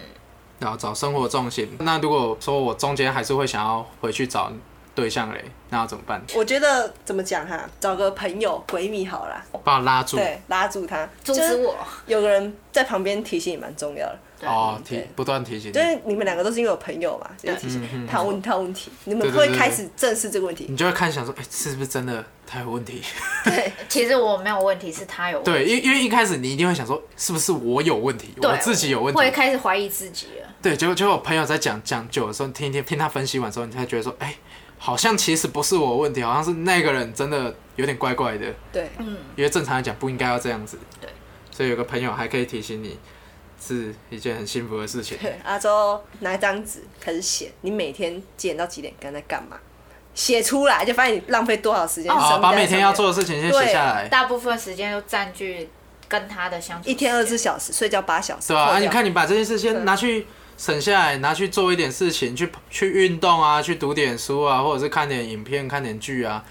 Speaker 1: 然后找生活重心。那如果说我中间还是会想要回去找对象嘞，那要怎么办？
Speaker 2: 我觉得怎么讲哈、找个朋友闺蜜好啦，
Speaker 1: 把我拉住
Speaker 2: 对，拉住他，
Speaker 3: 阻
Speaker 2: 就是
Speaker 3: 止我，
Speaker 2: 有个人在旁边提醒也蛮重要的，
Speaker 3: 对，
Speaker 1: 哦，
Speaker 2: 对
Speaker 1: 提不断提醒你
Speaker 2: 就，是你们两个都是因为有朋友嘛，就是提醒他问他问题，你们
Speaker 1: 嗯对对
Speaker 2: 会
Speaker 1: 对对
Speaker 2: 开始正视这个问题，
Speaker 1: 你就会看想说，哎、是不是真的他有问题？
Speaker 2: 对，
Speaker 3: 其实我没有问题，是他有问题，
Speaker 1: 对，因因为一开始你一定会想说，是不是我有问题，
Speaker 3: 对
Speaker 1: 我自己有问
Speaker 3: 会
Speaker 1: 题？
Speaker 3: 开始怀疑自己了，
Speaker 1: 对，结果结果我朋友在讲讲久的时候，听一听听他分析完之后，你才觉得说，哎、好像其实不是我的问题，好像是那个人真的有点怪怪的。
Speaker 2: 对，
Speaker 3: 嗯
Speaker 1: 因为正常来讲不应该要这样子。
Speaker 3: 对，
Speaker 1: 所以有个朋友还可以提醒你，是一件很幸福的事情。
Speaker 2: 对，阿周拿一张纸开始写，你每天几点到几点刚才在干嘛，写出来就发现你浪费多少时间，
Speaker 3: 哦
Speaker 1: 好，
Speaker 2: 生
Speaker 1: 把
Speaker 2: 在
Speaker 1: 每天
Speaker 2: 上
Speaker 1: 要
Speaker 2: 面
Speaker 1: 做的事情先写下来，
Speaker 3: 大部分时间都占据跟他的相处时间，
Speaker 2: 一天二十四小时，睡觉八小时，
Speaker 1: 对吧、啊？
Speaker 2: 扣
Speaker 1: 你
Speaker 2: 掉
Speaker 1: 看，你把这件事先拿去省下来，拿去做一点事情，去去运动啊，去读点书啊，或者是看点影片、看点剧啊，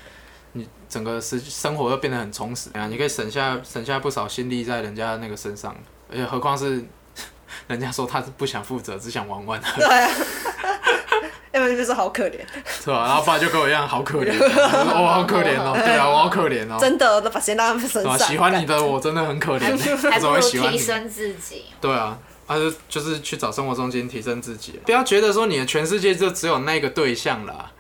Speaker 1: 你整个生生活又变得很充实啊。你可以省下省下不少心力在人家那个身上，而且何况是 人家说他是不想负责，只想玩玩而已。
Speaker 2: 对啊，要哎不然就是好可怜，
Speaker 1: 是吧？然后爸就跟我一样，好 可怜，我、好可怜哦，对啊，我好可怜哦，
Speaker 2: 真的都把时间浪费在
Speaker 1: 对
Speaker 2: 身
Speaker 1: 吧？
Speaker 2: 上。
Speaker 1: 喜欢你的我真的很可
Speaker 3: 还
Speaker 1: 怜，
Speaker 3: 不
Speaker 1: 我
Speaker 3: 还
Speaker 1: 怎么
Speaker 3: 不
Speaker 1: 会
Speaker 3: 如
Speaker 1: 喜欢
Speaker 3: 提
Speaker 1: 你？
Speaker 3: 升自己，
Speaker 1: 对啊，啊就就是去找生活中心提升自己，不要觉得说你的全世界就只有那个对象啦，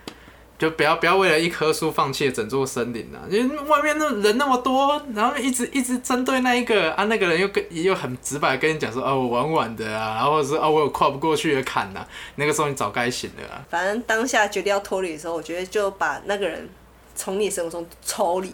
Speaker 1: 就不要不要为了一棵树放弃了整座森林啊！因为外面那人那么多，然后一直一直针对那一个啊，那个人又跟又很直白地跟你讲说，哦、我晚晚的啊，然后或者是哦，我有跨不过去的坎呐、啊，那个时候你早该醒了啊。
Speaker 2: 反正当下决定要脱离的时候，我觉得就把那个人从你生活中抽离，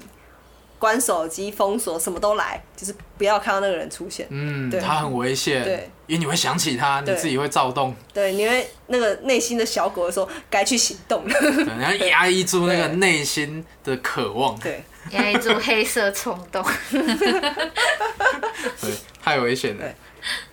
Speaker 2: 关手机、封锁，什么都来，就是不要看到那个人出现。
Speaker 1: 嗯，
Speaker 2: 对
Speaker 1: 他很危险，
Speaker 2: 对，
Speaker 1: 因为你会想起他，你
Speaker 2: 对
Speaker 1: 自己会躁 动，
Speaker 2: 对，你会那个内心的小狗说该去行动了。
Speaker 1: 对然后压抑住那个
Speaker 2: 对
Speaker 1: 内心的渴望，
Speaker 2: 对，
Speaker 3: 压抑住黑色冲 动，
Speaker 1: 对，太危险了
Speaker 2: 对。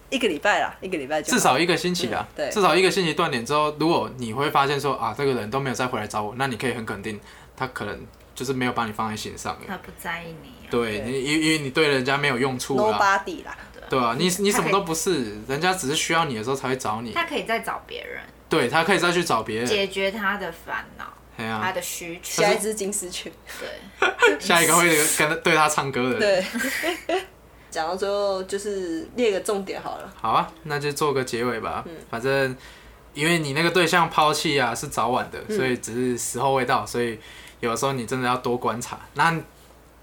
Speaker 2: 一个礼拜啦，一个礼拜就好
Speaker 1: 至少一个星期啊
Speaker 2: 嗯，对
Speaker 1: 至少一个星期断点之后，如果你会发现说啊，这个人都没有再回来找我，那你可以很肯定，他可能就是没有把你放在心上了。
Speaker 3: 他不在意你、啊，
Speaker 1: 对
Speaker 2: 嗯对
Speaker 1: 你，因因为你对人家没有用处啦，
Speaker 2: nobody 啦。
Speaker 1: 对啊，你你
Speaker 3: 他
Speaker 1: 什
Speaker 3: 可以
Speaker 1: 么都不是，人家只是需要你的时候才会找你。
Speaker 3: 他可以再找别人
Speaker 1: 对他可以再去找别人，
Speaker 3: 解决他的烦恼，
Speaker 1: 哎
Speaker 3: 他
Speaker 1: 呀，
Speaker 3: 的需求，
Speaker 2: 下一只金丝雀。
Speaker 3: 对。
Speaker 1: 下一个会跟他对他唱歌的人。
Speaker 2: 对， 讲到最后就是列个重点好了。
Speaker 1: 好啊，那就做个结尾吧。反正因为你那个对象抛弃啊是早晚的，所以只是时候未到，所以有的时候你真的要多观察。那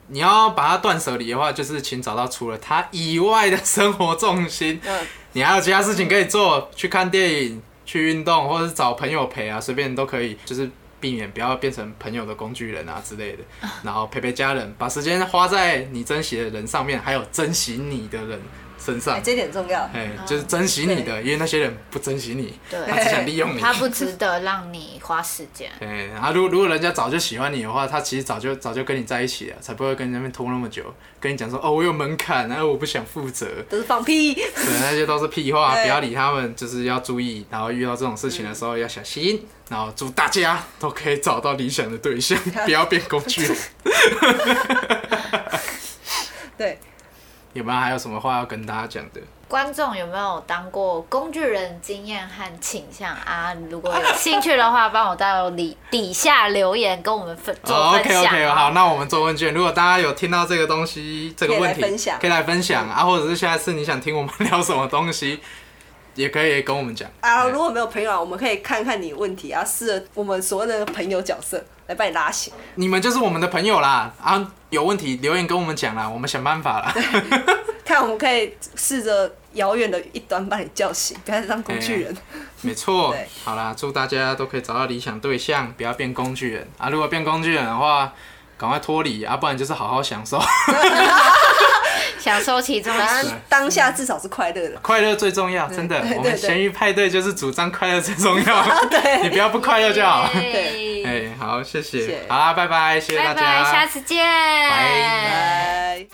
Speaker 1: 你要把它断舍离的话，就是请找到除了他以外的生活重心，
Speaker 2: 嗯，
Speaker 1: 你还有其他事情可以做，去看电影、去运动，或者是找朋友陪啊，随便都可以，就是避免不要变成朋友的工具人啊之类的。然后陪陪家人，把时间花在你珍惜的人上面，还有珍惜你的人身上
Speaker 2: 哎，。这点重要。
Speaker 1: 哎、
Speaker 3: 哦
Speaker 1: 就是珍惜你的，因为那些人不珍惜你，
Speaker 3: 对
Speaker 1: 他只想利用你。
Speaker 3: 他不值得让你花时间。
Speaker 1: 哎，啊，如果如果人家早就喜欢你的话，他其实早就早就跟你在一起了，才不会跟那边拖那么久，跟你讲说哦，我有门槛，然后我不想负责，
Speaker 2: 都是放屁，
Speaker 1: 对，那些都是屁话，
Speaker 2: 对
Speaker 1: 不要理他们，就是要注意，然后遇到这种事情的时候要小心，然后祝大家都可以找到理想的对 象，不要变工具人。
Speaker 2: 对，
Speaker 1: 有没有还有什么话要跟大家讲的？
Speaker 3: 观众有没有当过工具人经验和倾向啊？如果有兴趣的话，帮我到底底下留言跟我们分做分
Speaker 1: 哦 OK
Speaker 3: 享。
Speaker 1: OK，好，那我们做问卷。如果大家有听到这个东西这个问题，
Speaker 2: 可以来分享
Speaker 1: 来分享啊，或者是下一次你想听我们聊什么东西，也可以跟我们讲。
Speaker 2: 啊，
Speaker 1: 对
Speaker 2: 如果没有朋友啊，我们可以看看你的问题，然后试着我们所谓的朋友角色来帮你拉醒。
Speaker 1: 你们就是我们的朋友啦啊，有问题留言跟我们讲啦，我们想办法 啦。
Speaker 2: 看我们可以试着遥远的一端把你叫醒，不要再当工具人。
Speaker 1: 没错
Speaker 2: 对，
Speaker 1: 好啦，祝大家都可以找到理想对象，不要变工具人啊。如果变工具人的话，赶快脱离啊，不然就是好好享受，
Speaker 3: 享受其中的
Speaker 2: 反
Speaker 3: 时
Speaker 2: 正当下至少是快乐的。
Speaker 1: 快乐最重要，真的。
Speaker 2: 对
Speaker 1: 我
Speaker 2: 对
Speaker 1: 们咸鱼派对就是主张快乐最重要， 你不要不 快乐就 好。
Speaker 3: 耶
Speaker 1: 哎，好，谢谢，
Speaker 2: 谢谢
Speaker 1: 好啦，拜拜，谢谢大
Speaker 3: 拜
Speaker 1: 家，
Speaker 3: 拜，下次见，
Speaker 1: 拜
Speaker 2: 拜。